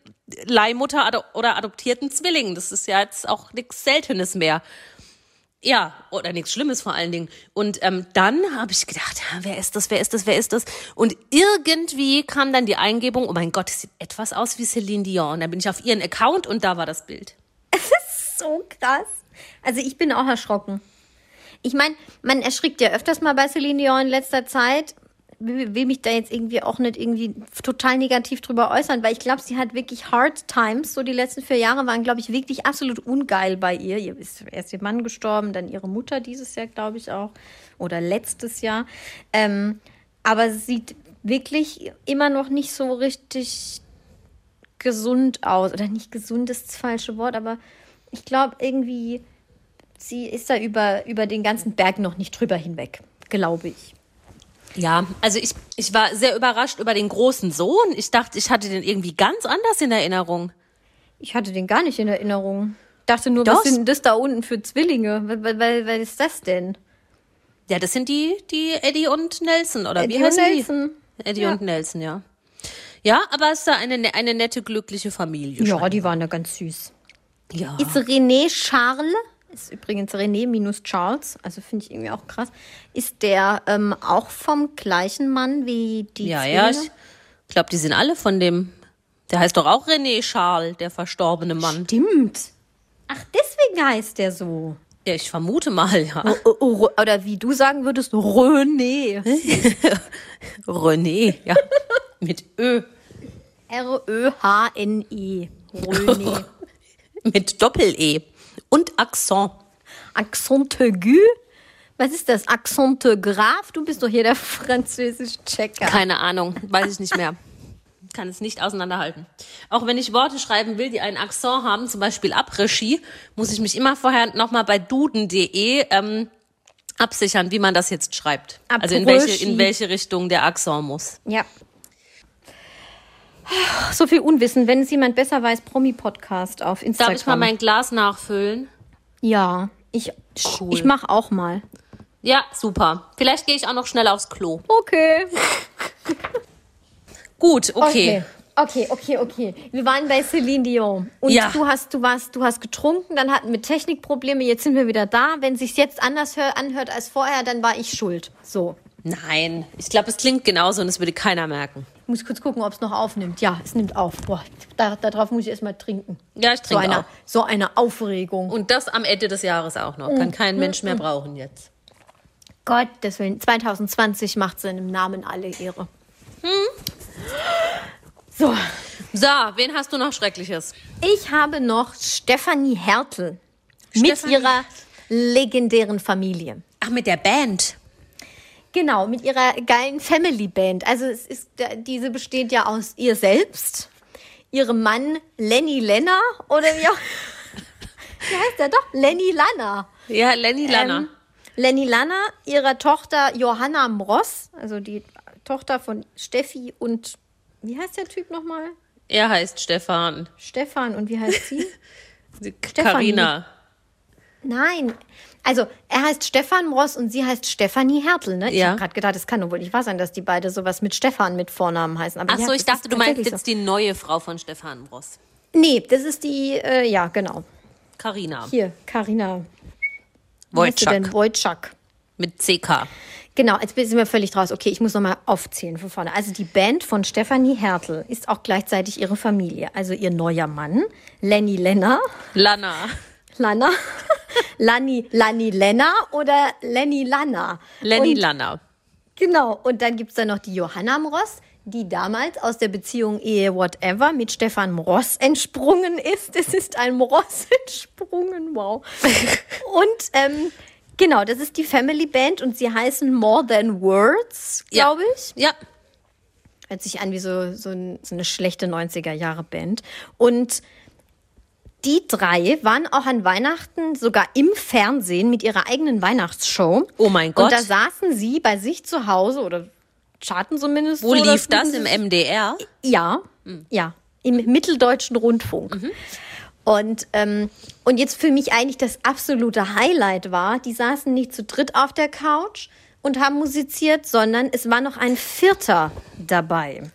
Speaker 3: Leihmutter ado- oder adoptierten Zwillingen. Das ist ja jetzt auch nichts Seltenes mehr. Ja, oder nichts Schlimmes vor allen Dingen. Und ähm, dann habe ich gedacht, ah, wer ist das, wer ist das, wer ist das? Und irgendwie kam dann die Eingebung, oh mein Gott, es sieht etwas aus wie Celine Dion. Und dann bin ich auf ihren Account und da war das Bild.
Speaker 2: so krass. Also ich bin auch erschrocken. Ich meine, man erschrickt ja öfters mal bei Celine Dion in letzter Zeit. Will will mich da jetzt irgendwie auch nicht irgendwie total negativ drüber äußern, weil ich glaube, sie hat wirklich Hard Times. So die letzten vier Jahre waren, glaube ich, wirklich absolut ungeil bei ihr. Ihr ist erst ihr Mann gestorben, dann ihre Mutter dieses Jahr, glaube ich, auch. Oder letztes Jahr. Ähm, aber sie sieht wirklich immer noch nicht so richtig gesund aus. Oder nicht gesund ist das falsche Wort, aber ich glaube irgendwie, sie ist da über, über den ganzen Berg noch nicht drüber hinweg, glaube ich.
Speaker 3: Ja, also ich, ich war sehr überrascht über den großen Sohn. Ich dachte, ich hatte den irgendwie ganz anders in Erinnerung.
Speaker 2: Ich hatte den gar nicht in Erinnerung. Dachte nur,
Speaker 3: Doch.
Speaker 2: was sind denn das da unten für Zwillinge? Was, was, was ist das denn?
Speaker 3: Ja, das sind die, die Eddie und Nelson, oder
Speaker 2: Eddie
Speaker 3: wie
Speaker 2: und
Speaker 3: heißen
Speaker 2: Nelson.
Speaker 3: die? Eddie
Speaker 2: Ja.
Speaker 3: und Nelson, ja. Ja, aber es ist da eine, ne- eine nette, glückliche Familie.
Speaker 2: Ja, die waren da ganz süß.
Speaker 3: ja.
Speaker 2: Ist René Charles, ist übrigens René minus Charles, also finde ich irgendwie auch krass, ist der ähm, auch vom gleichen Mann wie die
Speaker 3: Ja,
Speaker 2: Zwillinge?
Speaker 3: ja, ich glaube, die sind alle von dem. Der heißt doch auch René Charles, der verstorbene Mann.
Speaker 2: Stimmt. Ach, deswegen heißt der so.
Speaker 3: Ja, ich vermute mal, ja.
Speaker 2: O- o- Oder wie du sagen würdest, René.
Speaker 3: Oh. René, ja. Mit Ö.
Speaker 2: R-Ö-H-N-E. René.
Speaker 3: Mit Doppel-E. Und Akzent.
Speaker 2: Accent aigu? Was ist das? Accent grave? Du bist doch hier der französische Checker.
Speaker 3: Keine Ahnung, weiß ich nicht mehr. Kann es nicht auseinanderhalten. Auch wenn ich Worte schreiben will, die einen Akzent haben, zum Beispiel Abregie, muss ich mich immer vorher nochmal bei duden.de ähm, absichern, wie man das jetzt schreibt.
Speaker 2: Ab-
Speaker 3: Also in welche,
Speaker 2: Roshi.
Speaker 3: in welche Richtung der Axon muss.
Speaker 2: Ja. So viel Unwissen. Wenn es jemand besser weiß, Promi-Podcast auf
Speaker 3: Darf
Speaker 2: Instagram.
Speaker 3: ich mal mein Glas nachfüllen?
Speaker 2: ja, ich,
Speaker 3: Cool.
Speaker 2: ich mach auch mal.
Speaker 3: Ja, super. Vielleicht gehe ich auch noch schnell aufs Klo.
Speaker 2: Okay.
Speaker 3: Gut, okay.
Speaker 2: Okay. Okay, okay, okay. Wir waren bei Celine Dion. Und
Speaker 3: Ja.
Speaker 2: du hast, du warst, du hast getrunken, dann hatten wir Technikprobleme, jetzt sind wir wieder da. Wenn sich's jetzt anders hör, anhört als vorher, dann war ich schuld. So.
Speaker 3: Nein, ich glaube, es klingt genauso und es würde keiner merken.
Speaker 2: Ich muss kurz gucken, ob es noch aufnimmt. Ja, es nimmt auf. Boah, da, darauf muss ich erstmal trinken.
Speaker 3: Ja, ich
Speaker 2: So
Speaker 3: trinke
Speaker 2: eine,
Speaker 3: auch.
Speaker 2: so eine Aufregung.
Speaker 3: Und das am Ende des Jahres auch noch. Kann kein Mensch mehr brauchen jetzt.
Speaker 2: Gott, deswegen 2020 macht seinem Namen alle Ehre.
Speaker 3: Hm?
Speaker 2: So,
Speaker 3: So, wen hast du noch Schreckliches?
Speaker 2: ich habe noch Stefanie Hertel mit
Speaker 3: Stefanie
Speaker 2: ihrer legendären Familie.
Speaker 3: Ach, mit der Band.
Speaker 2: Genau, mit ihrer geilen Family Band. Also es ist diese besteht ja aus ihr selbst, ihrem Mann Lenny Lenner oder wie auch Wie heißt er doch? Lenny Lanner.
Speaker 3: Ja, Lenny Lanner.
Speaker 2: Ähm, Lenny Lanner, ihrer Tochter Johanna Mross, also die Tochter von Steffi und wie heißt der Typ nochmal?
Speaker 3: er heißt Stefan.
Speaker 2: Stefan und wie heißt sie?
Speaker 3: Karina.
Speaker 2: Nein. Also, er heißt Stefan Mross und sie heißt Stefanie Hertel, ne? Ich
Speaker 3: Ja.
Speaker 2: habe gerade gedacht, es kann doch wohl nicht wahr sein, dass die beide sowas mit Stefan mit Vornamen heißen. Aber
Speaker 3: Ach
Speaker 2: ja,
Speaker 3: so, ich
Speaker 2: das ist
Speaker 3: dachte, du meinst
Speaker 2: tatsächlich
Speaker 3: jetzt die neue Frau von Stefan Bross.
Speaker 2: So. Nee, das ist die, äh, ja, genau.
Speaker 3: Karina.
Speaker 2: Hier, Karina. wie heißt sie denn?
Speaker 3: Wojcik.
Speaker 2: Wojcik.
Speaker 3: Mit CK.
Speaker 2: Genau, jetzt sind wir völlig raus. Okay, ich muss nochmal aufzählen von vorne. Also die Band von Stefanie Hertel ist auch gleichzeitig ihre Familie. Also ihr neuer Mann, Lenny Lenner,
Speaker 3: Lana.
Speaker 2: Lanner, Lanni, Lanni Lenner oder Lenny Lanner.
Speaker 3: Lenny
Speaker 2: und,
Speaker 3: Lana.
Speaker 2: Genau, und dann gibt es da noch die Johanna Mross, die damals aus der Beziehung Ehe Whatever mit Stefan Mross entsprungen ist. Es ist ein Mross entsprungen, wow. und ähm, genau, das ist die Family Band und sie heißen More Than Words, glaube ich.
Speaker 3: Ja.
Speaker 2: Hört sich an wie so, so, ein, so eine schlechte 90er-Jahre-Band. Und die drei waren auch an Weihnachten sogar im Fernsehen mit ihrer eigenen Weihnachtsshow.
Speaker 3: Oh mein
Speaker 2: Und
Speaker 3: Gott.
Speaker 2: da saßen sie bei sich zu Hause oder charten zumindest.
Speaker 3: Wo
Speaker 2: so,
Speaker 3: lief
Speaker 2: dass-
Speaker 3: das? Im Hm. MDR?
Speaker 2: Ja, ja, im mitteldeutschen Rundfunk.
Speaker 3: Mhm.
Speaker 2: Und, ähm, und jetzt für mich eigentlich das absolute Highlight war, die saßen nicht zu dritt auf der Couch und haben musiziert, sondern es war noch ein Vierter dabei.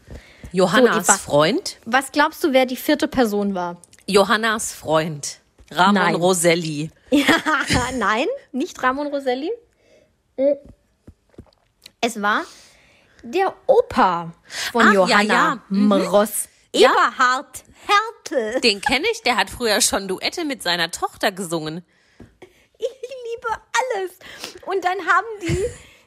Speaker 3: Johannas
Speaker 2: Eva.
Speaker 3: Freund?
Speaker 2: Was glaubst du, wer die vierte Person war?
Speaker 3: Johannas Freund. Ramon
Speaker 2: Nein.
Speaker 3: Roselli.
Speaker 2: Nein, nicht Ramon Roselli. Es war der Opa von
Speaker 3: Ach, ja,
Speaker 2: Johanna
Speaker 3: ja.
Speaker 2: Mhm. Mross. Eberhard Hertel.
Speaker 3: Den kenne ich, der hat früher schon Duette mit seiner Tochter gesungen.
Speaker 2: Ich liebe alles. Und dann haben die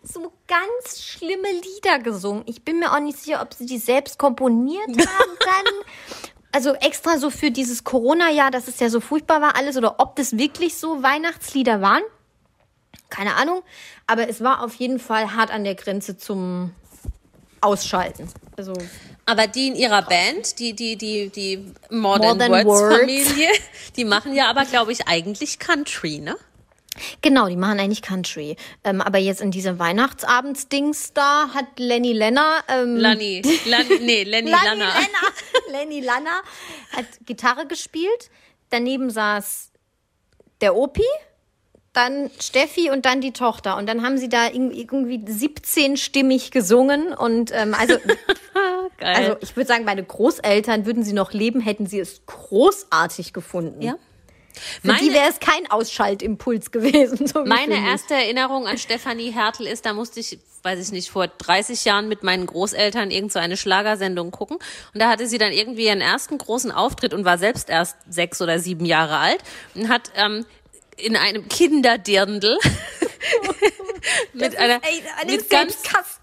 Speaker 2: so ganz schlimme Lieder gesungen. Ich bin mir auch nicht sicher, ob sie die selbst komponiert haben dann. Also extra so für dieses Corona-Jahr, dass es ja so furchtbar war alles oder ob das wirklich so Weihnachtslieder waren. Keine Ahnung. Aber es war auf jeden Fall hart an der Grenze zum Ausschalten. Also
Speaker 3: Aber die in ihrer Band, die, die, die, die
Speaker 2: More
Speaker 3: Modern,
Speaker 2: Than
Speaker 3: Words,
Speaker 2: Words.
Speaker 3: Familie, die machen ja aber, glaube ich, eigentlich Country, ne?
Speaker 2: Genau, die machen eigentlich Country. Ähm, aber jetzt in diesem Weihnachtsabends-Dings da hat Lenny Lenner. Ähm,
Speaker 3: Lani, Lan, nee, Lenny
Speaker 2: Lenny
Speaker 3: Lana.
Speaker 2: Lanner. Lenny Lanner hat Gitarre gespielt. Daneben saß der Opi, dann Steffi und dann die Tochter. Und dann haben sie da irg- irgendwie 17 stimmig gesungen. Und ähm, also,
Speaker 3: Geil.
Speaker 2: also ich würde sagen, meine Großeltern, würden sie noch leben, hätten sie es großartig gefunden.
Speaker 3: Ja.
Speaker 2: Für die
Speaker 3: Meine-
Speaker 2: wäre es kein Ausschaltimpuls gewesen. So wie für
Speaker 3: Meine
Speaker 2: mich.
Speaker 3: erste Erinnerung an Stefanie Hertel ist, da musste ich, weiß ich nicht, vor 30 Jahren mit meinen Großeltern irgend so eine Schlagersendung gucken. Und da hatte sie dann irgendwie ihren ersten großen Auftritt und war selbst erst sechs oder sieben Jahre alt und hat ähm, in einem Kinderdirndl mit einer
Speaker 2: Ey, eine
Speaker 3: mit ganz
Speaker 2: Selbstkastei.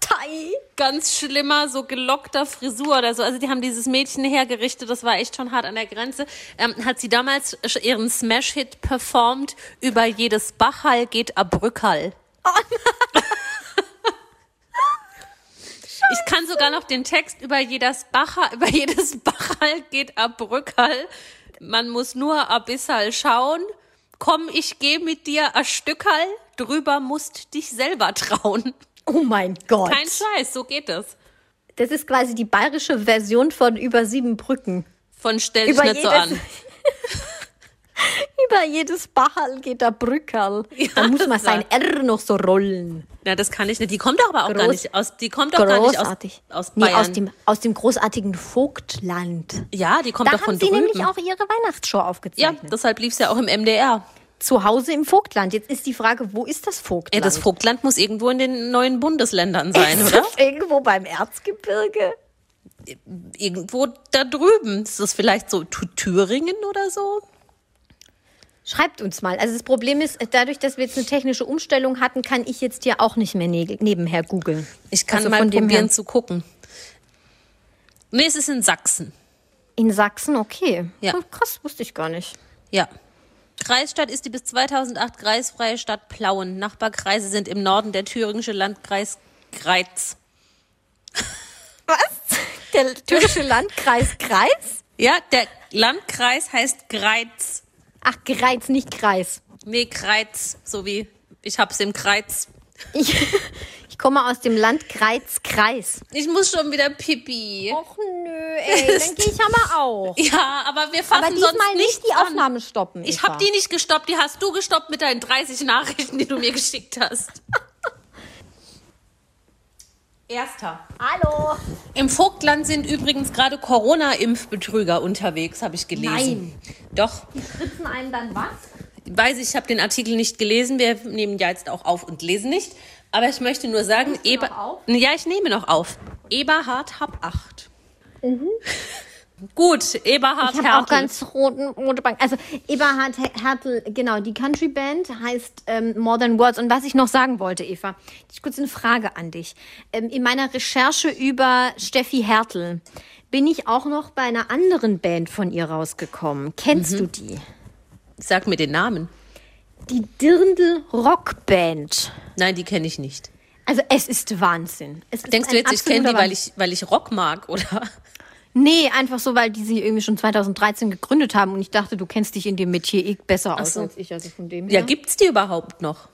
Speaker 3: ganz schlimmer, so gelockter Frisur oder so. Also die haben dieses Mädchen hergerichtet, das war echt schon hart an der Grenze. Ähm, hat sie damals sch- ihren Smash-Hit performt, über jedes Bachhall geht a Brückhall. Ich kann sogar noch den Text über jedes Bachhall, über jedes Bachhall geht a Brückhall. Man muss nur a Bissal schauen. komm, ich geh mit dir a Stückerl, drüber musst dich selber trauen.
Speaker 2: Oh mein Gott.
Speaker 3: Kein Scheiß, so geht das.
Speaker 2: Das ist quasi die bayerische Version von Über sieben Brücken.
Speaker 3: Von stell dich nicht so an.
Speaker 2: Über jedes Bachal geht der Brückerl. da muss man sein R noch so rollen.
Speaker 3: Na, das kann ich nicht. Die kommt doch aber auch gar
Speaker 2: Groß-
Speaker 3: nicht aus, die kommt doch gar nicht aus,
Speaker 2: Großartig.
Speaker 3: aus
Speaker 2: nee,
Speaker 3: Bayern.
Speaker 2: aus dem, aus dem großartigen Vogtland.
Speaker 3: ja, die kommt
Speaker 2: Da
Speaker 3: doch von
Speaker 2: haben sie
Speaker 3: drüben.
Speaker 2: nämlich auch ihre Weihnachtsshow
Speaker 3: ja,
Speaker 2: aufgezeichnet.
Speaker 3: deshalb lief's ja auch im MDR.
Speaker 2: Zu Hause im Vogtland. Jetzt ist die Frage, wo ist das
Speaker 3: Ja,
Speaker 2: Vogtland?
Speaker 3: das Vogtland muss irgendwo in den neuen Bundesländern sein,
Speaker 2: ist
Speaker 3: oder?
Speaker 2: das irgendwo beim Erzgebirge?
Speaker 3: Irgendwo da drüben. Ist das vielleicht so Thü- Thüringen oder so?
Speaker 2: Schreibt uns mal. Also das Problem ist, dadurch, dass wir jetzt eine technische Umstellung hatten, kann ich jetzt hier auch nicht mehr ne nebenher googeln.
Speaker 3: Ich kann
Speaker 2: Also
Speaker 3: mal
Speaker 2: von dem
Speaker 3: probieren
Speaker 2: her.
Speaker 3: zu gucken. Nee, es ist in Sachsen.
Speaker 2: In Sachsen, okay.
Speaker 3: Ja.
Speaker 2: Ja. Krass, wusste ich gar nicht.
Speaker 3: Ja. Kreisstadt ist die bis 2008 kreisfreie Stadt Plauen. Nachbarkreise sind im Norden der thüringische Landkreis Greiz.
Speaker 2: Was? Der türkische Landkreis Kreis?
Speaker 3: Ja, der Landkreis heißt Greiz.
Speaker 2: Ach, Greiz, nicht Kreis.
Speaker 3: Nee, Kreiz, so wie ich hab's im Kreiz.
Speaker 2: Ich, ich komme aus dem Landkreis Kreis.
Speaker 3: Ich muss schon wieder pipi.
Speaker 2: Och nö, ey, dann gehe ich aber auch.
Speaker 3: Ja, aber wir fassen
Speaker 2: Aber
Speaker 3: sonst
Speaker 2: diesmal nicht
Speaker 3: nichts
Speaker 2: die
Speaker 3: an.
Speaker 2: Aufnahme stoppen.
Speaker 3: Ich
Speaker 2: Eva.
Speaker 3: hab die nicht gestoppt, die hast du gestoppt mit deinen 30 Nachrichten, die du mir geschickt hast. Erster.
Speaker 2: Hallo.
Speaker 3: Im Vogtland sind übrigens gerade Corona-Impfbetrüger unterwegs, habe ich gelesen. Nein. Doch,
Speaker 2: Sitzen einen dann was?
Speaker 3: weiß ich, ich habe den Artikel nicht gelesen. Wir nehmen ja jetzt auch auf und lesen nicht. Aber ich möchte nur sagen, Eber.
Speaker 2: noch auf?
Speaker 3: Ja, ich nehme noch auf. Eberhard hab acht. Gut, Eberhard
Speaker 2: Mhm. Ich habe auch
Speaker 3: Hertel.
Speaker 2: ganz roten, rote Bank. Also Eberhard He- Hertel, genau, die Country Band heißt ähm, Modern Words. Und was ich noch sagen wollte, Eva, ich kurz eine Frage an dich. Ähm, in meiner Recherche über Steffi Hertel bin ich auch noch bei einer anderen Band von ihr rausgekommen. Kennst
Speaker 3: Mhm.
Speaker 2: du die?
Speaker 3: Sag mir den Namen.
Speaker 2: Die Dirndl Rock Band.
Speaker 3: Nein, die kenne ich nicht.
Speaker 2: Also es ist Wahnsinn. Es ist
Speaker 3: Denkst du
Speaker 2: ein
Speaker 3: jetzt, ich
Speaker 2: absoluter
Speaker 3: kenne die, weil
Speaker 2: Wahnsinn.
Speaker 3: ich, weil ich Rock mag, oder?
Speaker 2: Nee, einfach so, weil die sie irgendwie schon 2013 gegründet haben und ich dachte, du kennst dich in dem Metier eh besser aus
Speaker 3: so.
Speaker 2: als ich. Also von dem
Speaker 3: Ja,
Speaker 2: her.
Speaker 3: gibt's die überhaupt noch?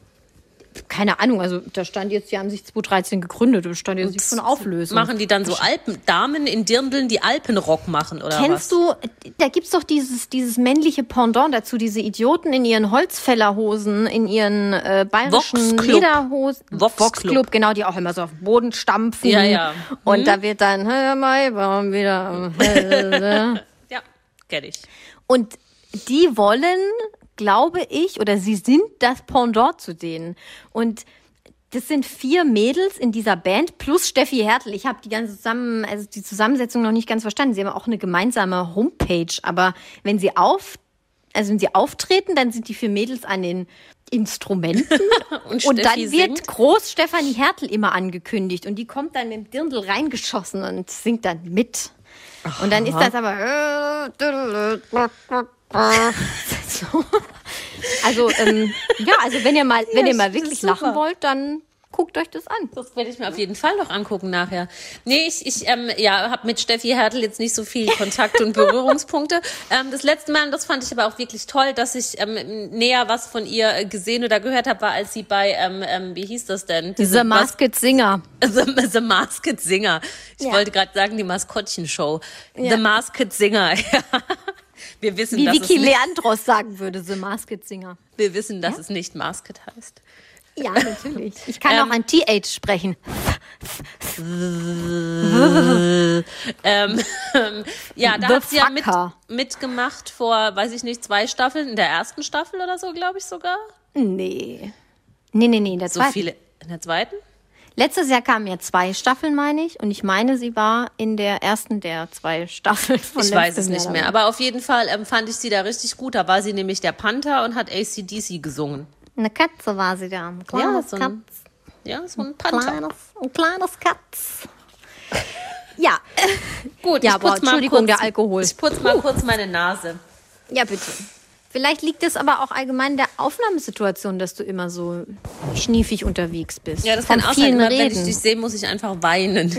Speaker 2: keine Ahnung, also da stand jetzt, die haben sich 2013 gegründet und stand jetzt nicht von Auflösung.
Speaker 3: Machen die dann so Alpen, Damen in Dirndeln, die Alpenrock machen, oder was?
Speaker 2: Kennst du, da gibt's doch dieses, dieses männliche Pendant dazu, diese Idioten in ihren Holzfällerhosen, in ihren äh, bayerischen
Speaker 3: Vox Club.
Speaker 2: Lederhosen.
Speaker 3: Vox
Speaker 2: Club,
Speaker 3: Club,
Speaker 2: genau, die auch immer so auf den Boden stampfen.
Speaker 3: Ja, ja. Mhm.
Speaker 2: Und da wird dann, hör mal, warum wieder.
Speaker 3: Ja, kenne ich.
Speaker 2: Und die wollen, glaube ich, oder sie sind das Pendant zu denen. Und das sind vier Mädels in dieser Band plus Steffi Hertel. Ich habe die ganze zusammen, also die Zusammensetzung noch nicht ganz verstanden. Sie haben auch eine gemeinsame Homepage, aber wenn sie auf, also wenn sie auftreten, dann sind die vier Mädels an den Instrumenten
Speaker 3: Und,
Speaker 2: und dann
Speaker 3: Steffi
Speaker 2: wird
Speaker 3: singt?
Speaker 2: groß Stefanie Hertel immer angekündigt und die kommt dann mit dem Dirndl reingeschossen und singt dann mit. Und dann ist das aber äh, so. Also ähm, ja, also wenn ihr mal, wenn ihr mal
Speaker 3: das ist
Speaker 2: wirklich
Speaker 3: super.
Speaker 2: lachen wollt, dann guckt euch das an.
Speaker 3: Das werde ich mir auf jeden Fall noch angucken nachher. Nee, ich, ich ähm, ja, habe mit Steffi Hertel jetzt nicht so viel Kontakt und Berührungspunkte. Ähm, das letzte Mal, und das fand ich aber auch wirklich toll, dass ich ähm, näher was von ihr äh, gesehen oder gehört habe, war, als sie bei, ähm, ähm, wie hieß das denn?
Speaker 2: The
Speaker 3: Mas-
Speaker 2: Masked Singer.
Speaker 3: The, The Masked Singer. Ich
Speaker 2: Ja.
Speaker 3: wollte gerade sagen, die Maskottchenshow.
Speaker 2: Ja.
Speaker 3: The Masked Singer. Ja. Wir wissen,
Speaker 2: Wie
Speaker 3: dass, es
Speaker 2: Vicky
Speaker 3: nicht,
Speaker 2: Leandros sagen würde, The Masked Singer.
Speaker 3: wir wissen, dass es nicht Masked heißt.
Speaker 2: Ja, natürlich. Ich kann
Speaker 3: Ähm,
Speaker 2: auch ein TH sprechen.
Speaker 3: Ähm, ja, da
Speaker 2: The
Speaker 3: hat sie ja mit,
Speaker 2: Fucker.
Speaker 3: mitgemacht vor, weiß ich nicht, zwei Staffeln, in der ersten Staffel oder so, glaube ich sogar.
Speaker 2: Nee. Nee, nee, nee, das
Speaker 3: So viele. In der zweiten?
Speaker 2: Letztes Jahr kamen ja zwei Staffeln, meine ich, und ich meine, sie war in der ersten der zwei Staffeln von
Speaker 3: Ich weiß
Speaker 2: letztem
Speaker 3: es nicht
Speaker 2: Jahr
Speaker 3: mehr.
Speaker 2: dabei.
Speaker 3: Aber auf jeden Fall ähm, fand ich sie da richtig gut. Da war sie nämlich der Panther und hat ACDC gesungen.
Speaker 2: Eine Katze war sie da, ein kleines
Speaker 3: so ein
Speaker 2: Katz,
Speaker 3: Ja, so ein
Speaker 2: ein
Speaker 3: Panther.
Speaker 2: kleines, ein kleines Katz. Ja,
Speaker 3: Gut,
Speaker 2: Ja,
Speaker 3: ich putz
Speaker 2: boah,
Speaker 3: mal
Speaker 2: Entschuldigung,
Speaker 3: kurz,
Speaker 2: der Alkohol.
Speaker 3: Ich putz mal kurz meine Nase.
Speaker 2: ja bitte. Vielleicht liegt es aber auch allgemein der Aufnahmesituation, dass du immer so schniefig unterwegs bist.
Speaker 3: Ja, das
Speaker 2: Von
Speaker 3: kann auch sein.
Speaker 2: vielen
Speaker 3: Immer, Wenn ich
Speaker 2: Reden.
Speaker 3: dich sehe, muss ich einfach weinen.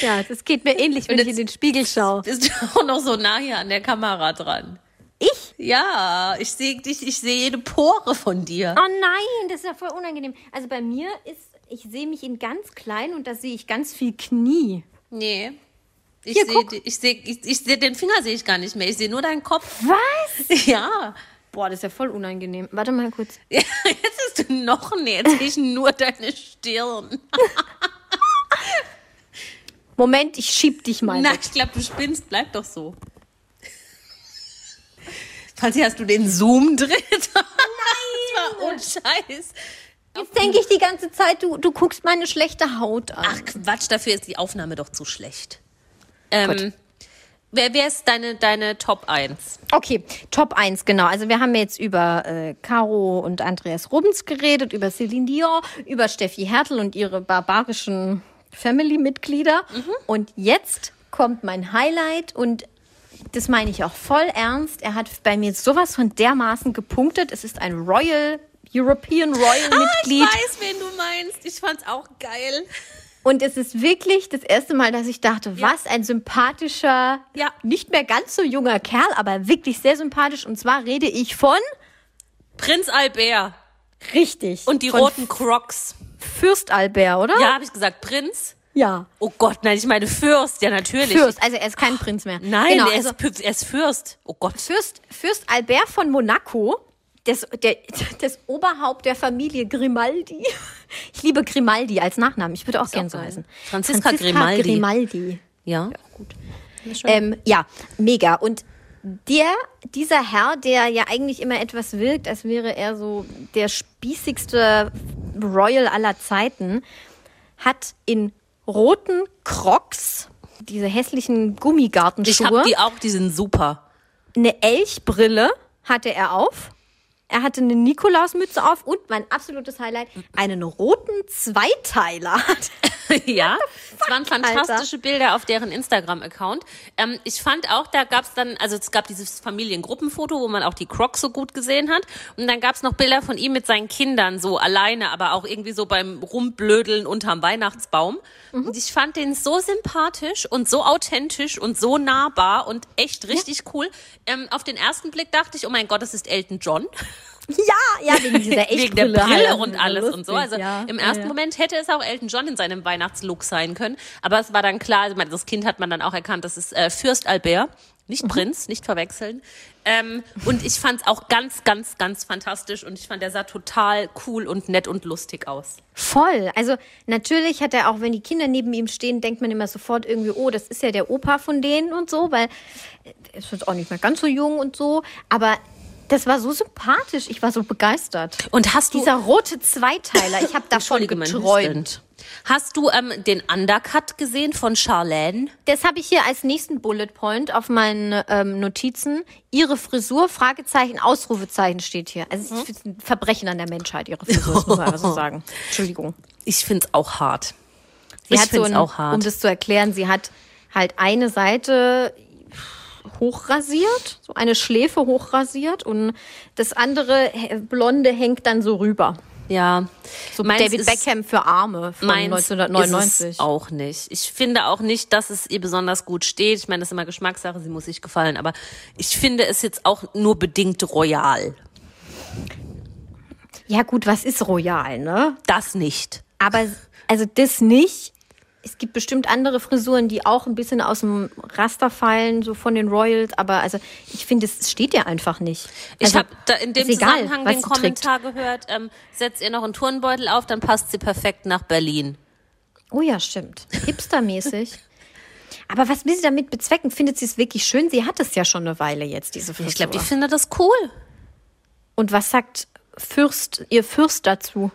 Speaker 2: Ja, das geht mir ähnlich, wenn
Speaker 3: Und
Speaker 2: ich in
Speaker 3: jetzt-
Speaker 2: den Spiegel schaue.
Speaker 3: Bist du auch noch so nah hier an der Kamera dran?
Speaker 2: Ich?
Speaker 3: Ja, ich sehe dich, ich sehe jede Pore von dir.
Speaker 2: Oh nein, das ist ja voll unangenehm. Also bei mir ist, ich sehe mich in ganz klein und da sehe ich ganz viel Knie.
Speaker 3: Nee. Ich
Speaker 2: Hier,
Speaker 3: sehe
Speaker 2: guck.
Speaker 3: ich seh, ich, ich seh, den Finger sehe ich gar nicht mehr. Ich sehe nur deinen Kopf.
Speaker 2: Was?
Speaker 3: Ja.
Speaker 2: Boah, das ist ja voll unangenehm. Warte mal kurz.
Speaker 3: Ja, Jetzt ist du noch näher. Jetzt sehe ich nur deine Stirn.
Speaker 2: Moment, ich schieb dich mal.
Speaker 3: Na,
Speaker 2: weg.
Speaker 3: ich glaube, du spinnst. Bleib doch so. Franzi, hast du den Zoom drin? Nein! das war oh Scheiß.
Speaker 2: Jetzt denke ich die ganze Zeit, du, du guckst meine schlechte Haut an.
Speaker 3: Ach Quatsch, dafür ist die Aufnahme doch zu schlecht. Ähm, wer, wer ist deine, deine Top 1?
Speaker 2: Okay, Top 1, genau. Also wir haben jetzt über äh, Caro und Andreas Rubens geredet, über Celine Dion, über Steffi Hertel und ihre barbarischen Family-Mitglieder.
Speaker 3: Mhm.
Speaker 2: Und jetzt kommt mein Highlight und das meine ich auch voll ernst. Er hat bei mir sowas von dermaßen gepunktet. Es ist ein Royal, European Royal-Mitglied.
Speaker 3: Ah, weiß, wen du meinst. Ich fand's auch geil.
Speaker 2: und es ist wirklich das erste Mal, dass ich dachte, was ein sympathischer,
Speaker 3: Ja.
Speaker 2: nicht mehr ganz so junger Kerl, aber wirklich sehr sympathisch. Und zwar rede ich von...
Speaker 3: Prinz Albert
Speaker 2: Richtig.
Speaker 3: und die
Speaker 2: Von
Speaker 3: roten Crocs.
Speaker 2: Fürst Albert, oder?
Speaker 3: Ja, habe ich gesagt, Prinz?
Speaker 2: Ja.
Speaker 3: Oh Gott, nein, ich meine Fürst. Ja, natürlich.
Speaker 2: Fürst, also er ist kein Prinz mehr.
Speaker 3: Nein,
Speaker 2: genau,
Speaker 3: er, ist,
Speaker 2: also
Speaker 3: Pü- er ist Fürst. Oh Gott.
Speaker 2: Fürst, Fürst Albert von Monaco, das, der, das Oberhaupt der Familie Grimaldi. Ich liebe Grimaldi als Nachnamen. Ich würde auch gerne so
Speaker 3: geil.
Speaker 2: heißen.
Speaker 3: Franziska Grimaldi.
Speaker 2: Grimaldi.
Speaker 3: Ja.
Speaker 2: Ähm, ja, mega. Und der, dieser Herr, der ja eigentlich immer etwas wirkt, als wäre er so der spießigste Royal aller Zeiten, hat in roten Crocs, diese hässlichen
Speaker 3: Ich habe
Speaker 2: Gummigartenschuhe,
Speaker 3: die auch, die sind super.
Speaker 2: eine Elchbrille hatte er auf. Er hatte eine Nikolausmütze auf und mein absolutes Highlight, einen roten Zweiteiler.
Speaker 3: ja. Es waren fantastische
Speaker 2: Alter?
Speaker 3: Bilder auf deren Instagram-Account. Ähm, ich fand auch, da gab's dann, also es gab dieses Familiengruppenfoto, wo man auch die Crocs so gut gesehen hat. Und dann gab's noch Bilder von ihm mit seinen Kindern, so alleine, aber auch irgendwie so beim Rumblödeln unterm Weihnachtsbaum. Und ich fand den so sympathisch und so authentisch und so nahbar und echt richtig cool. Ähm, auf den ersten Blick dachte ich, oh mein Gott, das ist Elton John.
Speaker 2: ja, ja, wegen dieser Elchbrille.
Speaker 3: wegen der
Speaker 2: halt.
Speaker 3: Brille
Speaker 2: Das
Speaker 3: und
Speaker 2: ist
Speaker 3: alles
Speaker 2: lustig,
Speaker 3: und so. Also
Speaker 2: ja.
Speaker 3: im ersten
Speaker 2: Ja.
Speaker 3: Moment hätte es auch Elton John in seinem Weihnachtslook sein können. Aber es war dann klar, also das Kind hat man dann auch erkannt, das ist äh, Fürst Albert. Nicht
Speaker 2: Mhm.
Speaker 3: Prinz, nicht verwechseln. Ähm, und ich fand es auch ganz, ganz, ganz fantastisch. Und ich fand, der sah total cool und nett und lustig aus.
Speaker 2: Voll. Also natürlich hat er auch, wenn die Kinder neben ihm stehen, denkt man immer sofort irgendwie, oh, das ist ja der Opa von denen und so, weil äh, er ist jetzt auch nicht mehr ganz so jung und so. Aber das war so sympathisch. Ich war so begeistert.
Speaker 3: Und hast du
Speaker 2: Dieser rote Zweiteiler, ich habe davon
Speaker 3: Entschuldige, mein
Speaker 2: geträumt.
Speaker 3: Hüstelnd. Hast du ähm, den Undercut gesehen von Charlene?
Speaker 2: Das habe ich hier als nächsten Bullet Point auf meinen ähm, Notizen. Ihre Frisur, Fragezeichen, Ausrufezeichen steht hier. Also
Speaker 3: Mhm.
Speaker 2: es ist ein Verbrechen an der Menschheit, ihre Frisur, das muss man einfach so sagen. Entschuldigung.
Speaker 3: Ich find's auch hart.
Speaker 2: Sie
Speaker 3: ich
Speaker 2: hat so
Speaker 3: find's
Speaker 2: ein,
Speaker 3: auch hart.
Speaker 2: um das zu erklären, sie hat halt eine Seite hochrasiert, so eine Schläfe hochrasiert und das andere äh, blonde hängt dann so rüber.
Speaker 3: ja.
Speaker 2: So
Speaker 3: Meins
Speaker 2: David
Speaker 3: ist-
Speaker 2: Beckham für Arme von
Speaker 3: meins
Speaker 2: 1999.
Speaker 3: Ist es auch nicht. Ich finde auch nicht, dass es ihr besonders gut steht. Ich meine, das ist immer Geschmackssache, sie muss sich gefallen, aber ich finde es jetzt auch nur bedingt royal.
Speaker 2: Ja gut, was ist royal, ne?
Speaker 3: Das nicht.
Speaker 2: Aber also das nicht. Es gibt bestimmt andere Frisuren, die auch ein bisschen aus dem Raster fallen, so von den Royals, aber also ich finde, es steht ja einfach nicht.
Speaker 3: Ich
Speaker 2: also,
Speaker 3: habe da in dem
Speaker 2: ist egal,
Speaker 3: Zusammenhang
Speaker 2: was
Speaker 3: den
Speaker 2: sie trägt.
Speaker 3: Kommentar gehört, ähm, setzt ihr noch einen Turnbeutel auf, dann passt sie perfekt nach Berlin.
Speaker 2: Oh ja, stimmt. Hipstermäßig. Aber was will sie damit bezwecken? Findet sie es wirklich schön? Sie hat es ja schon eine Weile jetzt, diese Frisur.
Speaker 3: Ich glaube, die findet das cool.
Speaker 2: Und was sagt Fürst, ihr Fürst dazu?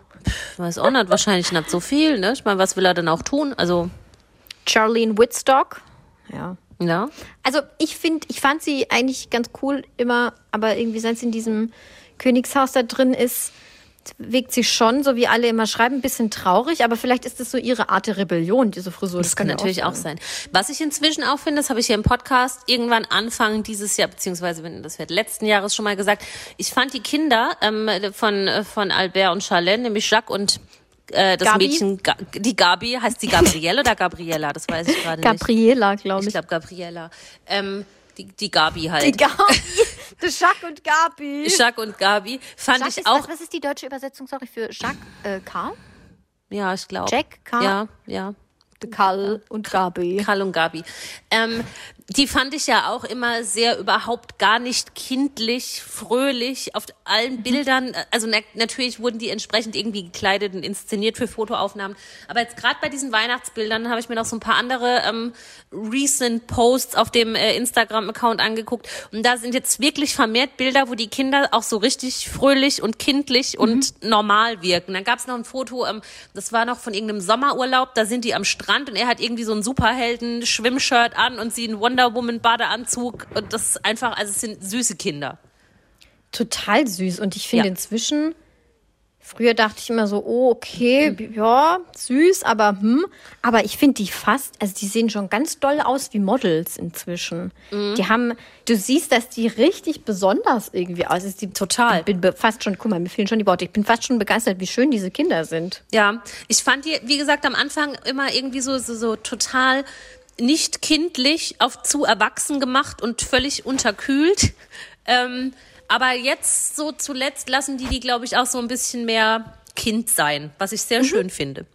Speaker 3: Ich weiß auch nicht, wahrscheinlich nicht so viel, ne? Ich meine, was will er denn auch tun? Also,
Speaker 2: Charlene Whitstock? Ja.
Speaker 3: ja.
Speaker 2: Also ich finde, ich fand sie eigentlich ganz cool immer, aber irgendwie seit sie in diesem Königshaus da drin ist, wirkt sie schon, so wie alle immer schreiben, ein bisschen traurig, aber vielleicht ist es so ihre Art der Rebellion, diese Frisur.
Speaker 3: Das kann
Speaker 2: ja
Speaker 3: natürlich auch
Speaker 2: sein.
Speaker 3: sein. Was ich inzwischen auch finde, das habe ich hier im Podcast irgendwann Anfang dieses Jahr, beziehungsweise wenn das wird letzten Jahres schon mal gesagt, ich fand die Kinder ähm, von, äh, von Albert und Charlene, nämlich Jacques und äh, das
Speaker 2: Gabi?
Speaker 3: Mädchen, Ga die Gabi, heißt die Gabrielle oder Gabriella? Das weiß ich gerade nicht.
Speaker 2: Gabriela, glaube
Speaker 3: Ich
Speaker 2: ich.
Speaker 3: glaube Gabriella. Ähm, die, die Gabi
Speaker 2: Die
Speaker 3: halt.
Speaker 2: Gabi. Die Schack und Gabi.
Speaker 3: Jacques und Gabi fand
Speaker 4: Jacques
Speaker 3: ich
Speaker 4: ist,
Speaker 3: auch.
Speaker 4: was, was ist die deutsche Übersetzung, sorry, für Jacques? Äh, Karl?
Speaker 3: Ja, ich glaube.
Speaker 2: Jack, Karl.
Speaker 3: Ja, ja.
Speaker 2: Karl und Gabi.
Speaker 3: Karl und Gabi. Ähm, die fand ich ja auch immer sehr überhaupt gar nicht kindlich, fröhlich auf
Speaker 2: Mhm.
Speaker 3: allen Bildern. Also na natürlich wurden die entsprechend irgendwie gekleidet und inszeniert für Fotoaufnahmen. Aber jetzt gerade bei diesen Weihnachtsbildern habe ich mir noch so ein paar andere ähm, recent Posts auf dem äh, Instagram-Account angeguckt. Und da sind jetzt wirklich vermehrt Bilder, wo die Kinder auch so richtig fröhlich und kindlich und normal wirken. Dann gab es noch ein Foto, ähm, das war noch von irgendeinem Sommerurlaub, da sind die am Strand und er hat irgendwie so einen Superhelden-Schwimmshirt an und sie einen Wonder Woman-Badeanzug. Und das ist einfach, also es sind süße Kinder.
Speaker 2: Total süß. Und ich finde
Speaker 3: Ja.
Speaker 2: inzwischen, früher dachte ich immer so, oh, okay,
Speaker 3: Mhm.
Speaker 2: b- ja, süß, aber hm. Aber ich finde die fast, also die sehen schon ganz doll aus wie Models inzwischen.
Speaker 3: Mhm.
Speaker 2: Die haben, du siehst, dass die richtig besonders irgendwie aus. ist. Die,
Speaker 3: Total.
Speaker 2: Ich bin be- fast schon, guck mal, mir fehlen schon die Worte. Ich bin fast schon begeistert, wie schön diese Kinder sind.
Speaker 3: Ja, ich fand die, wie gesagt, am Anfang immer irgendwie so, so, so total nicht kindlich auf zu erwachsen gemacht und völlig unterkühlt. Ähm, aber jetzt so zuletzt lassen die die, glaube ich, auch so ein bisschen mehr Kind sein, was ich
Speaker 2: Mhm.
Speaker 3: sehr schön finde.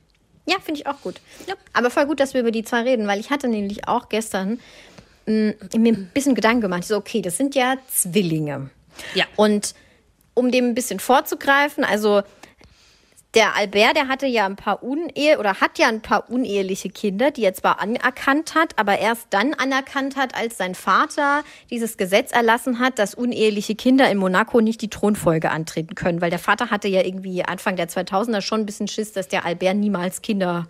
Speaker 2: Ja, finde ich auch gut. Aber voll gut, dass wir über die zwei reden, weil ich hatte nämlich auch gestern mh, mir ein bisschen Gedanken gemacht. Ich so, okay, das sind ja Zwillinge.
Speaker 3: Ja.
Speaker 2: Und um dem ein bisschen vorzugreifen, also der Albert, der hatte ja ein paar Unehe oder hat ja ein paar uneheliche Kinder, die er zwar anerkannt hat, aber erst dann anerkannt hat, als sein Vater dieses Gesetz erlassen hat, dass uneheliche Kinder in Monaco nicht die Thronfolge antreten können, weil der Vater hatte ja irgendwie Anfang der 2000er schon ein bisschen Schiss, dass der Albert niemals Kinder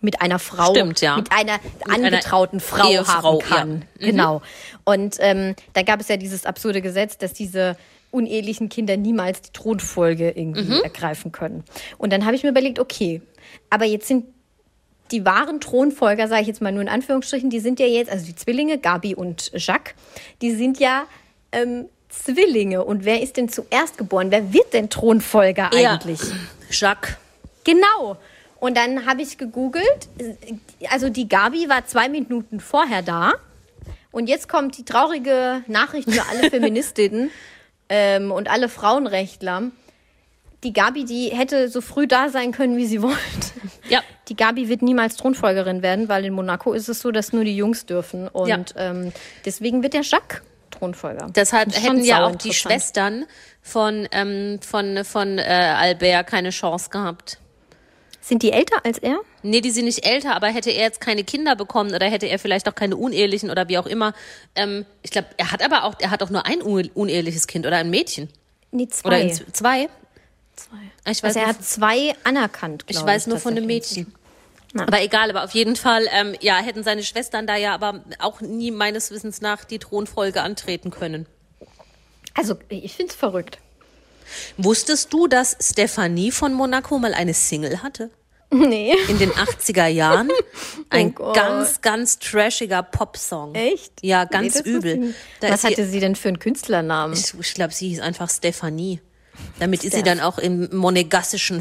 Speaker 2: mit einer Frau,
Speaker 3: Stimmt, ja.
Speaker 2: mit einer
Speaker 3: einer
Speaker 2: angetrauten Frau
Speaker 3: Ehefrau, Mhm.
Speaker 2: haben kann. Genau. Und ähm, da gab es ja dieses absurde Gesetz, dass diese unehelichen Kinder niemals die Thronfolge
Speaker 3: Mhm.
Speaker 2: irgendwie ergreifen können. Und dann habe ich mir überlegt, okay, aber jetzt sind die wahren Thronfolger, sage ich jetzt mal nur in Anführungsstrichen, die sind ja jetzt, also die Zwillinge, Gabi und Jacques, die sind ja ähm, Zwillinge. Und wer ist denn zuerst geboren? Wer wird denn Thronfolger
Speaker 3: Ja.
Speaker 2: eigentlich?
Speaker 3: Jacques.
Speaker 2: Genau. Und dann habe ich gegoogelt. Also die Gabi war zwei Minuten vorher da. Und jetzt kommt die traurige Nachricht für alle Feministinnen ähm, und alle Frauenrechtler. Die Gabi, die hätte so früh da sein können, wie sie wollte.
Speaker 3: Ja.
Speaker 2: Die Gabi wird niemals Thronfolgerin werden, weil in Monaco ist es so, dass nur die Jungs dürfen. Und
Speaker 3: Ja.
Speaker 2: ähm, deswegen wird der Jacques Thronfolger.
Speaker 3: Deshalb
Speaker 2: Das ist schon
Speaker 3: hätten ja auch die
Speaker 2: sauinteressant.
Speaker 3: Schwestern von, ähm, von, von äh, Albert keine Chance gehabt.
Speaker 2: Sind die älter als er?
Speaker 3: Nee, die sind nicht älter, aber hätte er jetzt keine Kinder bekommen oder hätte er vielleicht auch keine unehelichen oder wie auch immer. Ähm, ich glaube, er hat aber auch, er hat auch nur ein une- uneheliches Kind oder ein Mädchen.
Speaker 2: Nee, zwei.
Speaker 3: Oder in z- zwei.
Speaker 2: zwei.
Speaker 3: Ich weiß,
Speaker 2: Also er
Speaker 3: nur-
Speaker 2: hat zwei anerkannt,
Speaker 3: ich
Speaker 2: glaub
Speaker 3: weiß nur von dem
Speaker 2: tatsächlich.
Speaker 3: Mädchen. Aber egal, aber auf jeden Fall, ähm, ja, hätten seine Schwestern da ja aber auch nie meines Wissens nach die Thronfolge antreten können.
Speaker 2: Also, ich find's verrückt.
Speaker 3: Wusstest du, dass Stephanie von Monaco mal eine Single hatte?
Speaker 2: Nee.
Speaker 3: in den 80er Jahren. Ein
Speaker 2: Oh Gott.
Speaker 3: ganz, ganz trashiger Popsong.
Speaker 2: Echt?
Speaker 3: Ja,
Speaker 2: Nee,
Speaker 3: ganz
Speaker 2: das wusste ich
Speaker 3: übel.
Speaker 2: nicht.
Speaker 3: Da
Speaker 2: Was
Speaker 3: ist
Speaker 2: hatte sie denn für einen Künstlernamen?
Speaker 3: sie, ich glaube, sie hieß einfach Stephanie. Damit ist sie dann auch im monegassischen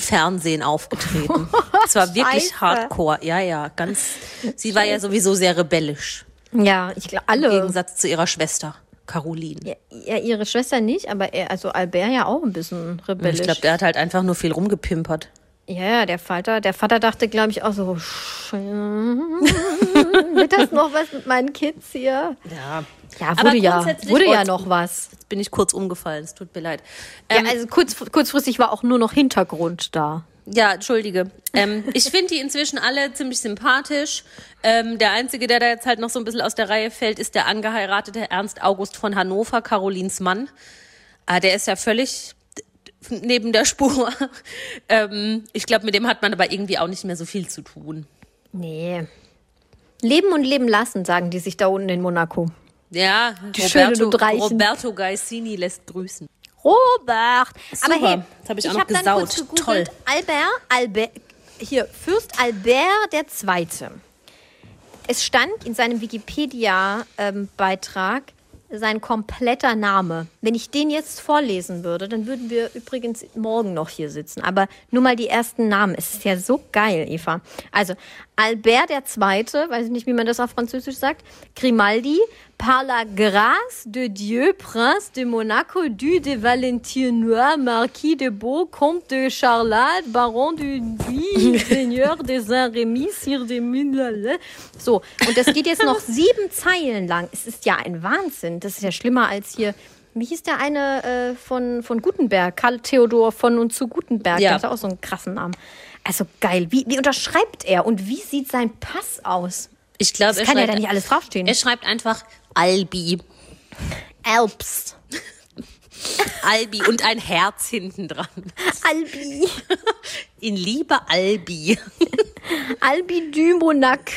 Speaker 3: Fernsehen aufgetreten. Es war wirklich
Speaker 2: Scheiße.
Speaker 3: hardcore. Ja, ja, ganz. Sie war ja sowieso sehr rebellisch.
Speaker 2: Ja, ich glaube,
Speaker 3: Im
Speaker 2: alle.
Speaker 3: Gegensatz zu ihrer Schwester, Caroline.
Speaker 2: Ja, ja, ihre Schwester nicht, aber er, also Albert ja auch ein bisschen rebellisch.
Speaker 3: Ich glaube, der hat halt einfach nur viel rumgepimpert.
Speaker 2: ja, ja, der Vater, der Vater dachte, glaube ich, auch so, "Sch- wird das noch was mit meinen Kids hier?
Speaker 3: Ja.
Speaker 2: Ja,
Speaker 3: Aber
Speaker 2: wurde ja,
Speaker 3: grundsätzlich-
Speaker 2: wurde ja
Speaker 3: Oh,
Speaker 2: noch was.
Speaker 3: Jetzt bin ich kurz umgefallen, es tut mir leid. Ähm,
Speaker 2: ja, also kurz, kurzfristig war auch nur noch Hintergrund da.
Speaker 3: Ja, entschuldige. Ähm, ich finde die inzwischen alle ziemlich sympathisch. Ähm, der Einzige, der da jetzt halt noch so ein bisschen aus der Reihe fällt, ist der angeheiratete Ernst August von Hannover, Carolins Mann. Ah, der ist ja völlig d- d- neben der Spur. ähm, ich glaube, mit dem hat man aber irgendwie auch nicht mehr so viel zu tun.
Speaker 2: Nee. Leben und leben lassen, sagen die sich da unten in Monaco.
Speaker 3: Ja,
Speaker 2: schöne
Speaker 3: Roberto,
Speaker 2: und reichen.
Speaker 3: Roberto Gaisini lässt grüßen.
Speaker 2: Robert.
Speaker 3: Super.
Speaker 2: Aber hey,
Speaker 3: Das hab ich
Speaker 2: ich
Speaker 3: auch
Speaker 2: habe
Speaker 3: noch
Speaker 2: dann kurz
Speaker 3: gesaut.
Speaker 2: gegoogelt,
Speaker 3: Toll.
Speaker 2: Albert, Albert, hier, Fürst Albert der Zweite. Es stand in seinem Wikipedia-Beitrag, ähm, sein kompletter Name. Wenn ich den jetzt vorlesen würde, dann würden wir übrigens morgen noch hier sitzen. Aber nur mal die ersten Namen. Es ist ja so geil, Eva. Also Albert der Zweite, weiß ich nicht, wie man das auf Französisch sagt. Grimaldi, par la grâce de Dieu, Prince de Monaco, du de Valentinois, Marquis de Beau, Comte de Charlotte, Baron de Duy, Seigneur de Saint-Rémy, Sire de Minlale. So, und das geht jetzt noch sieben Zeilen lang. Es ist ja ein Wahnsinn. Das ist ja schlimmer als hier. Wie hieß der eine äh, von, von Gutenberg? Karl Theodor von und zu Gutenberg.
Speaker 3: Ja.
Speaker 2: Der hatte auch so einen krassen Namen. Also geil. Wie, wie unterschreibt er und wie sieht sein Pass aus?
Speaker 3: Ich glaube,
Speaker 2: Das
Speaker 3: er
Speaker 2: kann ja
Speaker 3: schreibt-
Speaker 2: da nicht alles draufstehen.
Speaker 3: Er schreibt einfach Albi.
Speaker 2: Alps.
Speaker 3: Albi und ein Herz hinten dran.
Speaker 2: Albi.
Speaker 3: In Liebe Albi.
Speaker 2: Albi du Monac.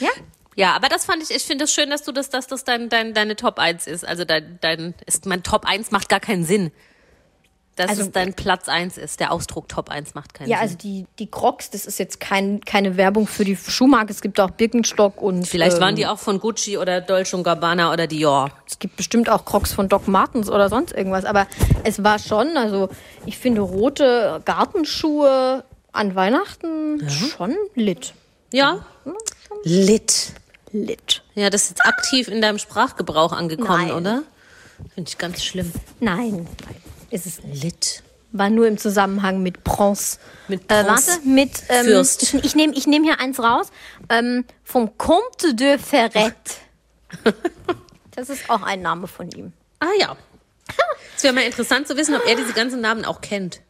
Speaker 2: Ja?
Speaker 3: Ja, aber das fand ich, ich finde es das schön, dass du das, dass das dein, dein, deine Top 1 ist. Also dein, dein ist mein Top 1 macht gar keinen Sinn. Dass
Speaker 2: Also-
Speaker 3: es dein Platz 1 ist. Der Ausdruck Top 1 macht keinen
Speaker 2: Ja,
Speaker 3: Sinn.
Speaker 2: also die, die Crocs, das ist jetzt kein, keine Werbung für die Schuhmarke. Es gibt auch Birkenstock und.
Speaker 3: Vielleicht
Speaker 2: ähm,
Speaker 3: waren die auch von Gucci oder Dolce Gabbana oder Dior.
Speaker 2: Es gibt bestimmt auch Crocs von Doc Martens oder sonst irgendwas. Aber es war schon, also ich finde rote Gartenschuhe an Weihnachten schon lit.
Speaker 3: Ja? Lit.
Speaker 2: Lit.
Speaker 3: Ja, das ist jetzt aktiv in deinem Sprachgebrauch angekommen,
Speaker 2: Nein.
Speaker 3: oder? Finde ich ganz schlimm.
Speaker 2: Nein. Ist es nicht.
Speaker 3: Lit.
Speaker 2: War nur im Zusammenhang mit Bronze.
Speaker 3: Mit
Speaker 2: Äh,
Speaker 3: Bronze.
Speaker 2: warte, mit ähm,
Speaker 3: Fürst.
Speaker 2: Ich, ich nehme ich nehm hier eins raus. Ähm, vom Comte de Ferret. das ist auch ein Name von ihm.
Speaker 3: Ah ja. Es wäre mal interessant zu wissen, ob er diese ganzen Namen auch kennt.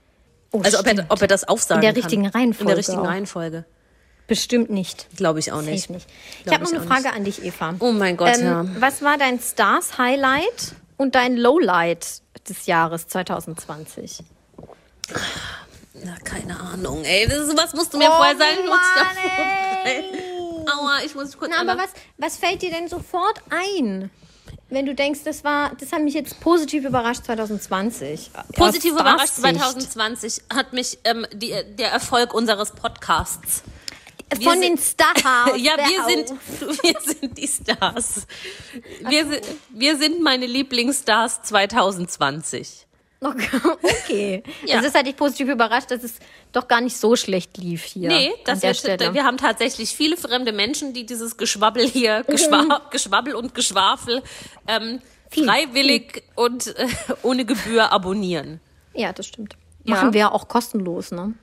Speaker 2: Oh,
Speaker 3: Also ob er,
Speaker 2: stimmt.
Speaker 3: ob er das
Speaker 2: In
Speaker 3: aufsagen
Speaker 2: der
Speaker 3: kann.
Speaker 2: richtigen
Speaker 3: In
Speaker 2: Reihenfolge
Speaker 3: der richtigen
Speaker 2: auch.
Speaker 3: Reihenfolge.
Speaker 2: bestimmt nicht.
Speaker 3: Glaube ich auch
Speaker 2: Safe
Speaker 3: nicht.
Speaker 2: nicht. Ich
Speaker 3: Glaub
Speaker 2: habe noch
Speaker 3: ich
Speaker 2: eine
Speaker 3: auch
Speaker 2: Frage an dich, Eva.
Speaker 3: Oh mein Gott,
Speaker 2: ähm,
Speaker 3: ja.
Speaker 2: Was war dein Stars-Highlight und dein Lowlight des Jahres 2020?
Speaker 3: Na, keine Ahnung, ey. Das ist, was musst du mir
Speaker 2: Oh
Speaker 3: vorher sagen? Ich muss davor- Aua, ich muss kurz.
Speaker 2: Na, aber was, was fällt dir denn sofort ein? Wenn du denkst, das war, das hat mich jetzt positiv überrascht 2020.
Speaker 3: Positiv
Speaker 2: Aus
Speaker 3: überrascht
Speaker 2: Stars-Sicht.
Speaker 3: 2020 hat mich ähm, die, der Erfolg unseres Podcasts. Wir
Speaker 2: Von den Stars.
Speaker 3: Ja,
Speaker 2: wer
Speaker 3: wir
Speaker 2: auch.
Speaker 3: sind, wir sind die Stars.
Speaker 2: Also-
Speaker 3: Wir, sind, wir sind meine Lieblingsstars 2020.
Speaker 2: Okay.
Speaker 3: Ja.
Speaker 2: Also das hat dich positiv überrascht, dass es doch gar nicht so schlecht lief hier.
Speaker 3: Nee,
Speaker 2: an
Speaker 3: das
Speaker 2: der
Speaker 3: wir,
Speaker 2: Stelle.
Speaker 3: wir haben tatsächlich viele fremde Menschen, die dieses Geschwabbel hier,
Speaker 2: Mhm.
Speaker 3: Geschwa Geschwabbel und Geschwafel, ähm, freiwillig und äh, ohne Gebühr abonnieren.
Speaker 2: Ja, das stimmt.
Speaker 3: Ja.
Speaker 2: Machen wir auch kostenlos, ne?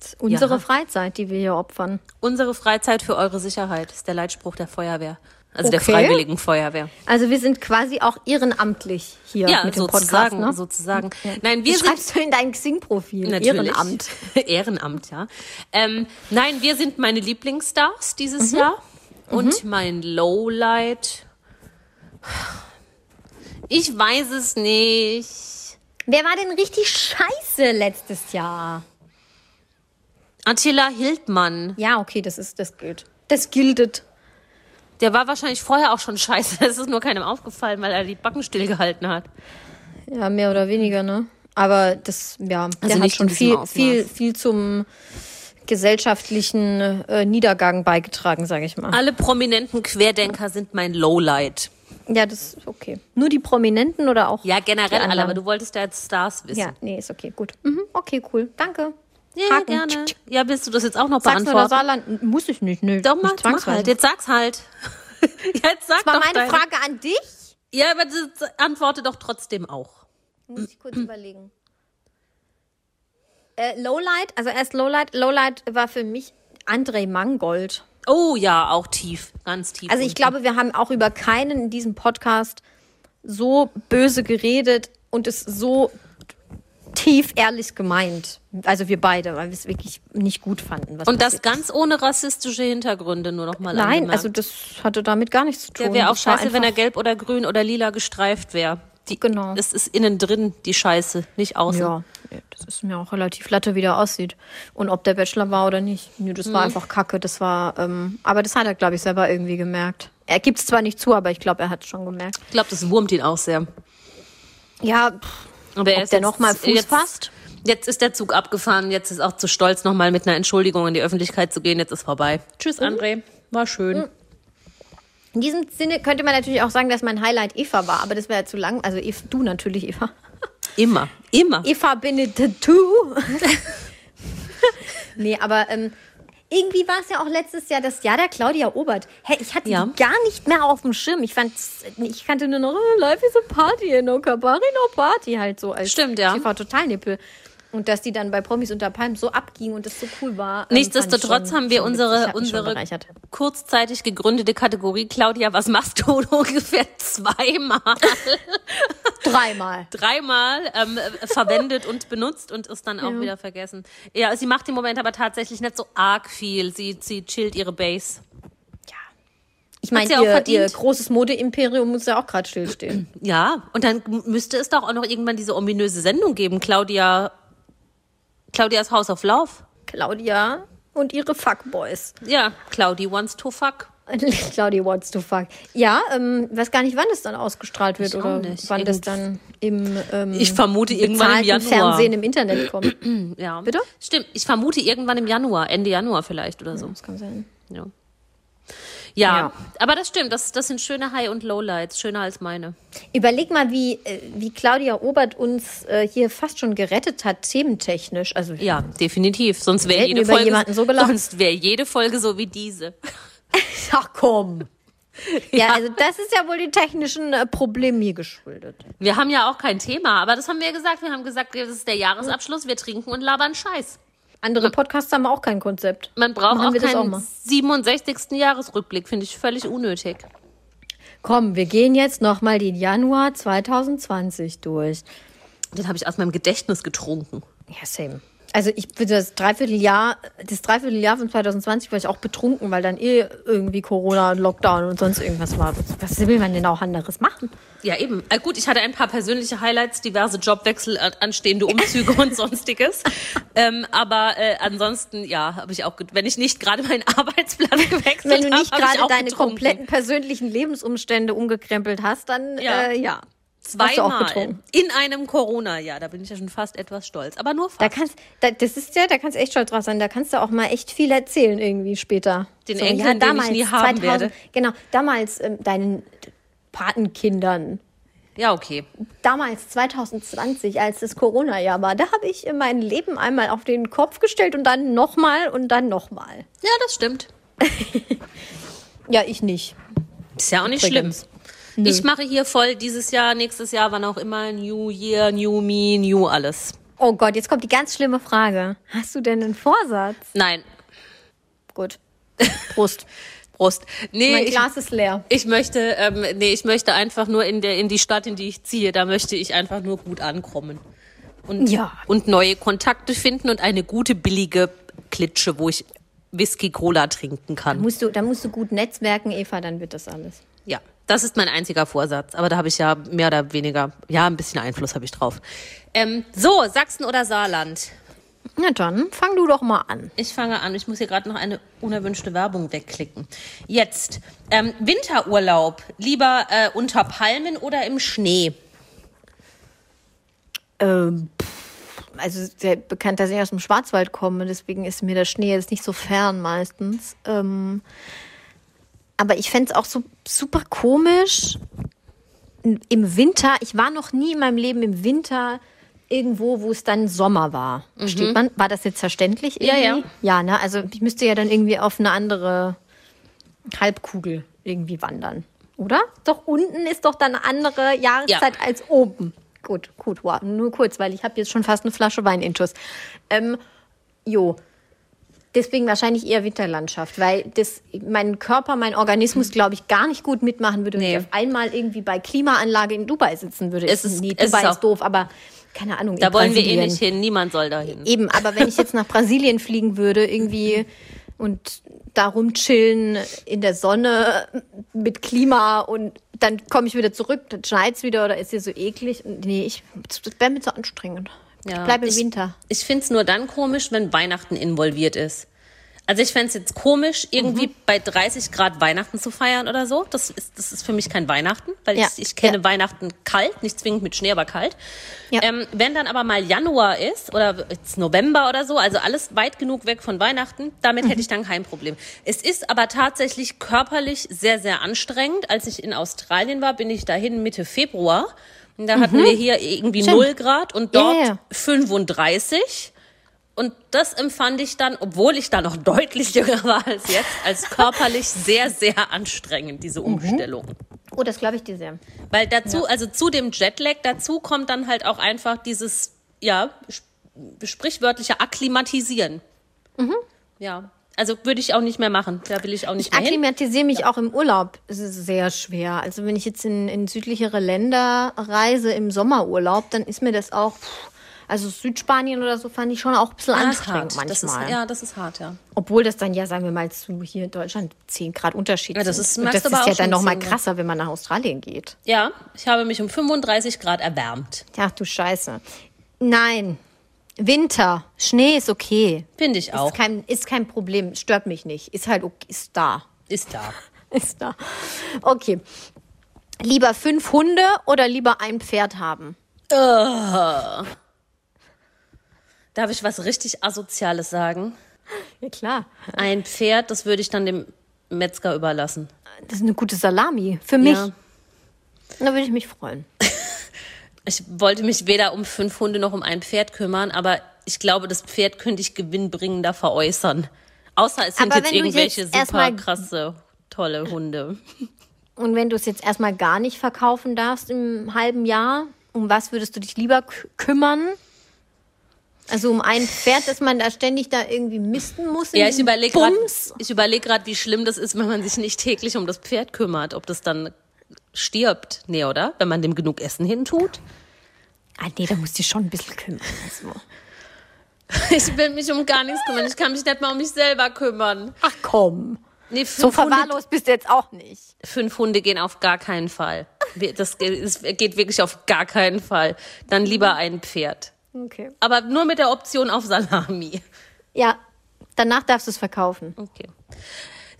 Speaker 2: Das ist unsere
Speaker 3: Ja.
Speaker 2: Freizeit, die wir hier opfern.
Speaker 3: Unsere Freizeit für eure Sicherheit ist der Leitspruch der Feuerwehr. Also der
Speaker 2: Okay.
Speaker 3: Freiwilligen Feuerwehr.
Speaker 2: Also wir sind quasi auch ehrenamtlich hier
Speaker 3: Ja,
Speaker 2: mit dem Podcast,
Speaker 3: sozusagen.
Speaker 2: ne?
Speaker 3: sozusagen. Nein, wir
Speaker 2: das
Speaker 3: sind
Speaker 2: schreibst du in dein Xing-Profil.
Speaker 3: Natürlich.
Speaker 2: Ehrenamt.
Speaker 3: Ehrenamt, ja. Ähm, nein, wir sind meine Lieblingsstars dieses
Speaker 2: Mhm.
Speaker 3: Jahr. Und mein Lowlight. Ich weiß es nicht.
Speaker 2: Wer war denn richtig scheiße letztes Jahr?
Speaker 3: Attila Hildmann.
Speaker 2: Ja, okay, das ist, das gilt. Das giltet.
Speaker 3: Der war wahrscheinlich vorher auch schon scheiße. Es ist nur keinem aufgefallen, weil er die Backen stillgehalten hat.
Speaker 2: Ja, mehr oder weniger, ne? Aber das, ja, der hat
Speaker 3: Also nicht in
Speaker 2: schon
Speaker 3: diesem
Speaker 2: viel,
Speaker 3: Ausmaß.
Speaker 2: viel, viel zum gesellschaftlichen äh, Niedergang beigetragen, sage ich mal.
Speaker 3: Alle prominenten Querdenker sind mein Lowlight.
Speaker 2: Ja, das ist okay. Nur die Prominenten oder auch?
Speaker 3: Ja,
Speaker 2: die
Speaker 3: generell
Speaker 2: anderen?
Speaker 3: alle, aber du wolltest ja jetzt Stars wissen.
Speaker 2: Ja, nee, ist okay, gut. Mhm, okay, cool. Danke.
Speaker 3: ja
Speaker 2: Haken.
Speaker 3: gerne. Ja, willst du das jetzt auch noch
Speaker 2: Sachsen oder
Speaker 3: beantworten?
Speaker 2: Saarland? N- Muss ich nicht, nö.
Speaker 3: Doch, mach,
Speaker 2: nicht
Speaker 3: mach halt.
Speaker 2: Das
Speaker 3: Jetzt sag's halt. jetzt sag
Speaker 2: war
Speaker 3: doch
Speaker 2: meine
Speaker 3: deine.
Speaker 2: Frage an dich.
Speaker 3: Ja, aber das- antworte doch trotzdem auch.
Speaker 2: Muss ich kurz überlegen. Äh, Lowlight, also erst Lowlight. Lowlight war für mich André Mangold.
Speaker 3: Oh ja, auch tief. Ganz tief.
Speaker 2: Also ich
Speaker 3: unten.
Speaker 2: glaube, wir haben auch über keinen in diesem Podcast so böse geredet und es so tief ehrlich gemeint. Also wir beide, weil wir es wirklich nicht gut fanden. was
Speaker 3: Und das
Speaker 2: passiert ist.
Speaker 3: ganz ohne rassistische Hintergründe, nur noch mal
Speaker 2: Nein,
Speaker 3: angemerkt.
Speaker 2: also das hatte damit gar nichts zu tun.
Speaker 3: Der wäre auch
Speaker 2: Das war
Speaker 3: scheiße, wenn er
Speaker 2: einfach-
Speaker 3: gelb oder grün oder lila gestreift wäre. Die-
Speaker 2: Genau.
Speaker 3: Es ist innen drin, die Scheiße, nicht außen.
Speaker 2: Ja, das ist mir auch relativ latte, wie der aussieht. Und ob der Bachelor war oder nicht. Nö, das
Speaker 3: Mhm.
Speaker 2: war einfach Kacke. Das war, ähm, aber das hat er, glaube ich, selber irgendwie gemerkt. Er gibt es zwar nicht zu, aber ich glaube, er hat es schon gemerkt.
Speaker 3: Ich glaube, das wurmt ihn auch sehr.
Speaker 2: Ja, pff,
Speaker 3: Aber er
Speaker 2: Ob
Speaker 3: ist
Speaker 2: der
Speaker 3: jetzt-
Speaker 2: noch mal Fuß
Speaker 3: jetzt,
Speaker 2: fasst?
Speaker 3: Jetzt ist der Zug abgefahren, jetzt ist auch zu stolz, nochmal
Speaker 2: Mhm.
Speaker 3: mit einer Entschuldigung in die Öffentlichkeit zu gehen. Jetzt ist vorbei. Tschüss, André. War schön.
Speaker 2: In diesem Sinne könnte man natürlich auch sagen, dass mein Highlight Eva war, aber das wäre ja zu lang. Also Eva, du natürlich, Eva.
Speaker 3: Immer, immer.
Speaker 2: Eva bitte du. nee, aber ähm, irgendwie war es ja auch letztes Jahr das Jahr der Claudia Obert. Hey, ich hatte
Speaker 3: Ja.
Speaker 2: die gar nicht mehr auf dem Schirm. Ich fand, ich kannte nur noch oh, Life is a Party, no Kabari, no Party halt so als
Speaker 3: Stimmt, ja.
Speaker 2: TV total nippel. Und dass die dann bei Promis unter Palmen so abging und das so cool war. ähm, fand ich
Speaker 3: Nichtsdestotrotz
Speaker 2: schon-
Speaker 3: haben wir
Speaker 2: schon witzig.
Speaker 3: unsere,
Speaker 2: Hat mich schon
Speaker 3: unsere
Speaker 2: bereichert.
Speaker 3: kurzzeitig gegründete Kategorie Claudia, was machst du ungefähr zweimal,
Speaker 2: dreimal.
Speaker 3: dreimal ähm, äh, verwendet und benutzt und ist dann auch wieder vergessen. Ja, sie macht im Moment aber tatsächlich nicht so arg viel. Sie, sie chillt ihre Base.
Speaker 2: Ich meine,
Speaker 3: sie auch
Speaker 2: ihr, ihr
Speaker 3: verdient.
Speaker 2: großes Modeimperium muss ja auch gerade stillstehen.
Speaker 3: Ja, und dann m- müsste es doch auch noch irgendwann diese ominöse Sendung geben, Claudia. Claudias House of Love.
Speaker 2: Claudia und ihre Fuckboys.
Speaker 3: Ja, Claudi wants to fuck.
Speaker 2: Claudia wants to fuck. Ja, ähm, weiß gar nicht, wann das dann ausgestrahlt wird
Speaker 3: Ich auch
Speaker 2: oder
Speaker 3: nicht.
Speaker 2: wann das dann
Speaker 3: Irgend-
Speaker 2: im ähm,
Speaker 3: Ich vermute irgendwann im
Speaker 2: bezahlten
Speaker 3: Januar.
Speaker 2: Fernsehen im Internet kommt.
Speaker 3: Ja.
Speaker 2: Bitte?
Speaker 3: Stimmt, ich vermute irgendwann im Januar, Ende Januar vielleicht oder so.
Speaker 2: Das kann sein.
Speaker 3: Ja. Ja,
Speaker 2: Ja.
Speaker 3: aber das stimmt, das, das sind schöne High- und Lowlights, schöner als meine.
Speaker 2: Überleg mal, wie, äh, wie Claudia Obert uns äh, hier fast schon gerettet hat, thementechnisch. Also
Speaker 3: Ja, definitiv. Sonst wäre
Speaker 2: Selten
Speaker 3: jede,
Speaker 2: über
Speaker 3: Folge
Speaker 2: jemanden so gelacht.
Speaker 3: sonst wäre jede Folge so wie diese.
Speaker 2: ach komm. ja. also das ist ja wohl den technischen äh, Problemen hier geschuldet.
Speaker 3: Wir haben ja auch kein Thema, aber das haben wir gesagt. Wir haben gesagt, das ist der Jahresabschluss, wir trinken und labern Scheiß.
Speaker 2: Andere Podcasts haben auch kein Konzept.
Speaker 3: Man braucht
Speaker 2: Machen
Speaker 3: auch
Speaker 2: wir das auch
Speaker 3: keinen
Speaker 2: mal.
Speaker 3: 67. Jahresrückblick, finde ich völlig unnötig.
Speaker 2: Komm, wir gehen jetzt nochmal den Januar 2020 durch.
Speaker 3: Den habe ich aus meinem Gedächtnis getrunken.
Speaker 2: Ja, same. Also ich für das Dreivierteljahr, das Dreivierteljahr von 2020 war ich auch betrunken, weil dann eh irgendwie Corona und Lockdown und sonst irgendwas war. Was will man denn auch anderes machen?
Speaker 3: Ja, eben. Ah, gut, ich hatte ein paar persönliche Highlights, diverse Jobwechsel, an- anstehende Umzüge und sonstiges. Ähm, aber äh, ansonsten, ja, habe ich auch, ge- wenn ich nicht gerade meinen Arbeitsplatz gewechselt
Speaker 2: Wenn du
Speaker 3: hab,
Speaker 2: nicht
Speaker 3: hab ich
Speaker 2: gerade
Speaker 3: auch
Speaker 2: deine
Speaker 3: getrunken.
Speaker 2: kompletten persönlichen Lebensumstände umgekrempelt hast, dann
Speaker 3: Ja.
Speaker 2: ja. Äh, ja. Hast du auch
Speaker 3: Zweimal
Speaker 2: getrunken.
Speaker 3: in einem Corona-Jahr, da bin ich ja schon fast etwas stolz, aber nur
Speaker 2: Da
Speaker 3: fast.
Speaker 2: kannst, da, das ist ja, da kannst du echt stolz drauf sein. Da kannst du auch mal echt viel erzählen irgendwie später.
Speaker 3: Den Enkeln, den ich nie haben werde.
Speaker 2: Genau, damals ähm, deinen Patenkindern.
Speaker 3: Ja, okay.
Speaker 2: damals 2020, als das Corona-Jahr war, da habe ich äh, mein Leben einmal auf den Kopf gestellt und dann nochmal und dann nochmal.
Speaker 3: Ja, das stimmt.
Speaker 2: Ja, ich nicht.
Speaker 3: Ist ja auch nicht
Speaker 2: Übrigens.
Speaker 3: schlimm. Ich mache hier voll dieses Jahr, nächstes Jahr, wann auch immer, New Year, New Me, New alles.
Speaker 2: Oh Gott, jetzt kommt die ganz schlimme Frage. Hast du denn einen Vorsatz?
Speaker 3: Nein,
Speaker 2: Gut. Prost.
Speaker 3: Prost. Nee,
Speaker 2: mein
Speaker 3: ich-
Speaker 2: Glas ist leer.
Speaker 3: Ich möchte, ähm, nee, ich möchte einfach nur in der in die Stadt, in die ich ziehe, da möchte ich einfach nur gut ankommen und
Speaker 2: Ja.
Speaker 3: und neue Kontakte finden und eine gute billige Klitsche, wo ich Whisky Cola trinken kann.
Speaker 2: Musst du, da musst du gut netzwerken, Eva, dann wird das alles.
Speaker 3: Ja, das ist mein einziger Vorsatz, aber da habe ich ja mehr oder weniger, ja, ein bisschen Einfluss habe ich drauf. Ähm, so, Sachsen oder Saarland?
Speaker 2: Na dann, fang du doch mal an.
Speaker 3: Ich fange an. Ich muss hier gerade noch eine unerwünschte Werbung wegklicken. Jetzt ähm, Winterurlaub, lieber äh, unter Palmen oder im Schnee?
Speaker 2: Ähm, pff, also sehr bekannt, dass ich aus dem Schwarzwald komme, deswegen ist mir der Schnee jetzt nicht so fern meistens. Ähm, aber ich fände es auch so super komisch n- im Winter. Ich war noch nie in meinem Leben im Winter irgendwo, wo es dann Sommer war. Versteht man? War das jetzt verständlich?
Speaker 3: Mhm. Ja,
Speaker 2: Irgendwie? Ja, ne? Also ich müsste ja dann irgendwie auf eine andere Halbkugel irgendwie wandern. Oder? Doch unten ist doch dann eine andere Jahreszeit als oben. Gut, gut, wow. nur kurz, weil ich habe jetzt schon fast eine Flasche Wein intus. Ähm, jo. Deswegen wahrscheinlich eher Winterlandschaft, weil das mein Körper, mein Organismus, glaube ich, gar nicht gut mitmachen würde, wenn
Speaker 3: Hm. Nee.
Speaker 2: ich auf einmal irgendwie bei Klimaanlage in Dubai sitzen würde.
Speaker 3: Es ist-
Speaker 2: nee,
Speaker 3: es
Speaker 2: Dubai
Speaker 3: ist
Speaker 2: ist,
Speaker 3: auch-
Speaker 2: doof, aber keine Ahnung.
Speaker 3: Da
Speaker 2: in
Speaker 3: wollen wir eh
Speaker 2: Brasilien.
Speaker 3: nicht hin. Niemand soll da hin.
Speaker 2: Eben, aber wenn ich jetzt nach Brasilien fliegen würde, irgendwie und darum chillen in der Sonne mit Klima und dann komme ich wieder zurück, dann schneit's wieder oder ist hier so eklig. Und Nee, ich, das wäre mir zu anstrengend.
Speaker 3: Ja.
Speaker 2: Ich bleibe im
Speaker 3: ich,
Speaker 2: Winter.
Speaker 3: Ich finde es nur dann komisch, wenn Weihnachten involviert ist. Also ich fände es jetzt komisch, irgendwie bei 30 Grad Weihnachten zu feiern oder so. Das ist, das ist für mich kein Weihnachten, weil
Speaker 2: Ja.
Speaker 3: ich, ich kenne
Speaker 2: Ja.
Speaker 3: Weihnachten kalt, nicht zwingend mit Schnee, aber kalt.
Speaker 2: Ja.
Speaker 3: Ähm, wenn dann aber mal Januar ist oder jetzt November oder so, also alles weit genug weg von Weihnachten, damit
Speaker 2: Mhm.
Speaker 3: hätte ich dann kein Problem. Es ist aber tatsächlich körperlich sehr, sehr anstrengend. Als ich in Australien war, bin ich dahin Mitte Februar. Und da hatten wir hier irgendwie 0 Grad und
Speaker 2: Mhm. Ja,
Speaker 3: dort
Speaker 2: ja, ja.
Speaker 3: 35. Und das empfand ich dann, obwohl ich da noch deutlich jünger war als jetzt, als körperlich sehr, sehr anstrengend, diese
Speaker 2: Mhm.
Speaker 3: Umstellung.
Speaker 2: Oh, das glaube ich dir sehr.
Speaker 3: Weil dazu, also zu dem Jetlag, dazu kommt dann halt auch einfach dieses, ja, sp- sprichwörtliche Akklimatisieren.
Speaker 2: Mhm.
Speaker 3: Ja. Also würde ich auch nicht mehr machen. Da will ich auch nicht
Speaker 2: Ich
Speaker 3: mehr hin.
Speaker 2: akklimatisiere mich auch im Urlaub. Es ist sehr schwer. Also wenn ich jetzt in, in südlichere Länder reise im Sommerurlaub, dann ist mir das auch, pff, also Südspanien oder so fand ich schon auch ein bisschen
Speaker 3: Ja, ist
Speaker 2: anstrengend manchmal.
Speaker 3: Das ist, ja, das ist hart, ja.
Speaker 2: Obwohl das dann ja, sagen wir mal, zu hier in Deutschland 10 Grad Unterschied
Speaker 3: Ja, das
Speaker 2: sind.
Speaker 3: ist-
Speaker 2: Und
Speaker 3: merkst
Speaker 2: das
Speaker 3: du aber
Speaker 2: ist
Speaker 3: auch
Speaker 2: ja dann
Speaker 3: schon ne?
Speaker 2: nochmal
Speaker 3: ziemlich.
Speaker 2: krasser, wenn man nach Australien geht.
Speaker 3: Ja, ich habe mich um 35 Grad erwärmt.
Speaker 2: Ach du Scheiße. Nein. Winter, Schnee ist okay.
Speaker 3: Finde ich auch.
Speaker 2: Ist kein, ist kein Problem, stört mich nicht. Ist halt okay, ist da.
Speaker 3: Ist da.
Speaker 2: Ist da. Okay. Lieber fünf Hunde oder lieber ein Pferd haben?
Speaker 3: Darf ich was richtig Asoziales sagen?
Speaker 2: Ja, klar.
Speaker 3: Ein Pferd, das würde ich dann dem Metzger überlassen.
Speaker 2: Das ist eine gute Salami. Für mich.
Speaker 3: Ja.
Speaker 2: Da würde ich mich freuen.
Speaker 3: Ich wollte mich weder um fünf Hunde noch um ein Pferd kümmern, aber ich glaube, das Pferd könnte ich gewinnbringender veräußern. Außer es sind
Speaker 2: Aber wenn
Speaker 3: jetzt
Speaker 2: du
Speaker 3: irgendwelche
Speaker 2: jetzt
Speaker 3: super
Speaker 2: erstmal-
Speaker 3: krasse, tolle Hunde.
Speaker 2: Und wenn du es jetzt erstmal gar nicht verkaufen darfst im halben Jahr, um was würdest du dich lieber kü- kümmern? Also um ein Pferd, das man da ständig da irgendwie misten muss? in
Speaker 3: Ja, ich
Speaker 2: diesem
Speaker 3: überlege gerade,
Speaker 2: Bums?
Speaker 3: ich überleg grad, wie schlimm das ist, wenn man sich nicht täglich um das Pferd kümmert, ob das dann stirbt. Nee, oder? Wenn man dem genug Essen hintut.
Speaker 2: Ah, nee, da musst du dich schon ein bisschen kümmern. Also.
Speaker 3: Ich will mich um gar nichts kümmern. Ich kann mich nicht mal um mich selber kümmern.
Speaker 2: Ach komm.
Speaker 3: Nee,
Speaker 2: So
Speaker 3: fünf, Hunde,
Speaker 2: verwahrlost bist du jetzt auch nicht.
Speaker 3: fünf Hunde gehen auf gar keinen Fall. Wir- Das geht, es geht wirklich auf gar keinen Fall. Dann lieber ein Pferd.
Speaker 2: Okay.
Speaker 3: Aber nur mit der Option auf Salami.
Speaker 2: Ja, danach darfst du es verkaufen.
Speaker 3: Okay.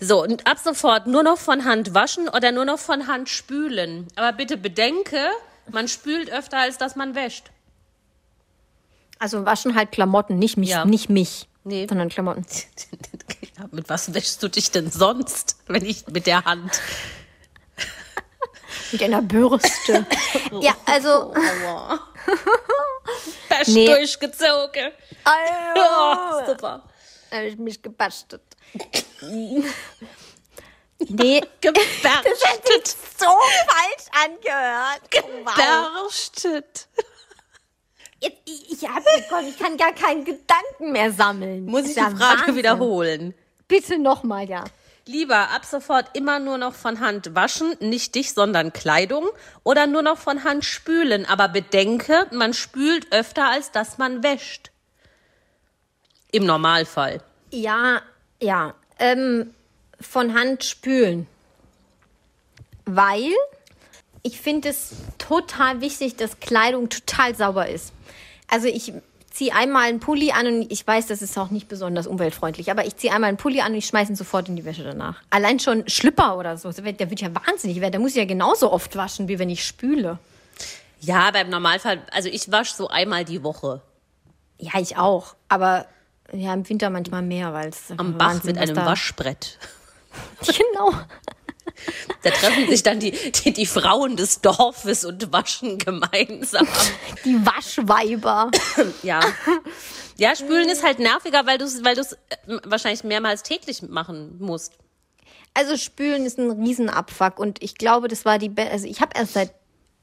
Speaker 3: So, und ab sofort nur noch von Hand waschen oder nur noch von Hand spülen. Aber bitte bedenke, man spült öfter, als dass man wäscht.
Speaker 2: Also waschen halt Klamotten, nicht mich,
Speaker 3: Ja.
Speaker 2: nicht mich,
Speaker 3: Nee.
Speaker 2: sondern Klamotten.
Speaker 3: Ja, mit was wäschst du dich denn sonst, wenn nicht mit der Hand?
Speaker 2: Mit einer Bürste. ja, also.
Speaker 3: Wäsch
Speaker 2: Nee.
Speaker 3: durchgezogen. Oh, super.
Speaker 2: habe Äh, ich mich gebastelt. nee,
Speaker 3: Geberstet.
Speaker 2: so falsch angehört.
Speaker 3: Geberstet.
Speaker 2: Jetzt, ich, ich, hab gekommen, ich kann gar keinen Gedanken mehr sammeln.
Speaker 3: Muss ich
Speaker 2: Ist
Speaker 3: die
Speaker 2: ja
Speaker 3: Frage
Speaker 2: Wahnsinn.
Speaker 3: wiederholen?
Speaker 2: Bitte nochmal, ja.
Speaker 3: Lieber ab sofort immer nur noch von Hand waschen, nicht dich, sondern Kleidung oder nur noch von Hand spülen. Aber bedenke, man spült öfter, als dass man wäscht. Im Normalfall.
Speaker 2: Ja, ja. Ähm, von Hand spülen. Weil ich finde es total wichtig, dass Kleidung total sauber ist. Also ich ziehe einmal einen Pulli an und ich weiß, das ist auch nicht besonders umweltfreundlich, aber ich ziehe einmal einen Pulli an und ich schmeiße ihn sofort in die Wäsche danach. Allein schon Schlüpper oder so, der wird der wird ja wahnsinnig, werden. der muss ich ja genauso oft waschen, wie wenn ich spüle.
Speaker 3: Ja, aber im Normalfall, also ich wasche so einmal die Woche
Speaker 2: Ja, ich auch, aber ja, im Winter manchmal mehr, weil es
Speaker 3: am Bach
Speaker 2: Wahnsinn,
Speaker 3: mit
Speaker 2: was
Speaker 3: einem
Speaker 2: da-
Speaker 3: Waschbrett.
Speaker 2: Genau.
Speaker 3: Da treffen sich dann die, die, die Frauen des Dorfes und waschen gemeinsam.
Speaker 2: Die Waschweiber.
Speaker 3: Ja. Ja, spülen ist halt nerviger, weil du es weil du's, äh, wahrscheinlich mehrmals täglich machen musst.
Speaker 2: Also spülen ist ein Riesenabfuck und ich glaube, das war die Be also ich habe erst seit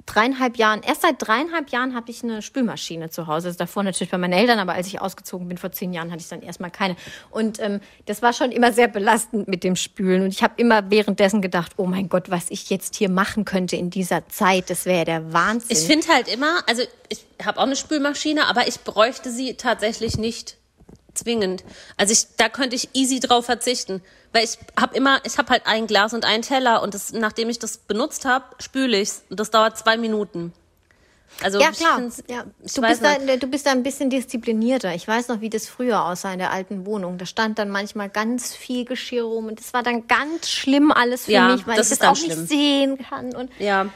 Speaker 2: dreieinhalb Jahren, erst seit dreieinhalb Jahren habe ich eine Spülmaschine zu Hause. Also davor natürlich bei meinen Eltern, aber als ich ausgezogen bin vor zehn Jahren, hatte ich dann erstmal keine. Und ähm, das war schon immer sehr belastend mit dem Spülen und ich habe immer währenddessen gedacht, oh mein Gott, was ich jetzt hier machen könnte in dieser Zeit, das wäre ja der Wahnsinn.
Speaker 3: Ich finde halt immer, also ich habe auch eine Spülmaschine, aber ich bräuchte sie tatsächlich nicht zwingend. Also ich, da könnte ich easy drauf verzichten, weil ich habe immer, ich habe halt ein Glas und einen Teller und das, nachdem ich das benutzt habe, spüle ich's und das dauert zwei Minuten. Also
Speaker 2: Ja,
Speaker 3: ich
Speaker 2: klar.
Speaker 3: find's-
Speaker 2: Ja.
Speaker 3: ich
Speaker 2: Du,
Speaker 3: weiß
Speaker 2: bist da,
Speaker 3: noch-
Speaker 2: du bist da ein bisschen disziplinierter. Ich weiß noch, wie das früher aussah in der alten Wohnung. Da stand dann manchmal ganz viel Geschirr rum und das war dann ganz schlimm alles für
Speaker 3: Ja,
Speaker 2: mich, weil
Speaker 3: das
Speaker 2: ich
Speaker 3: ist
Speaker 2: das auch
Speaker 3: dann schlimm.
Speaker 2: nicht sehen kann. Und
Speaker 3: ja.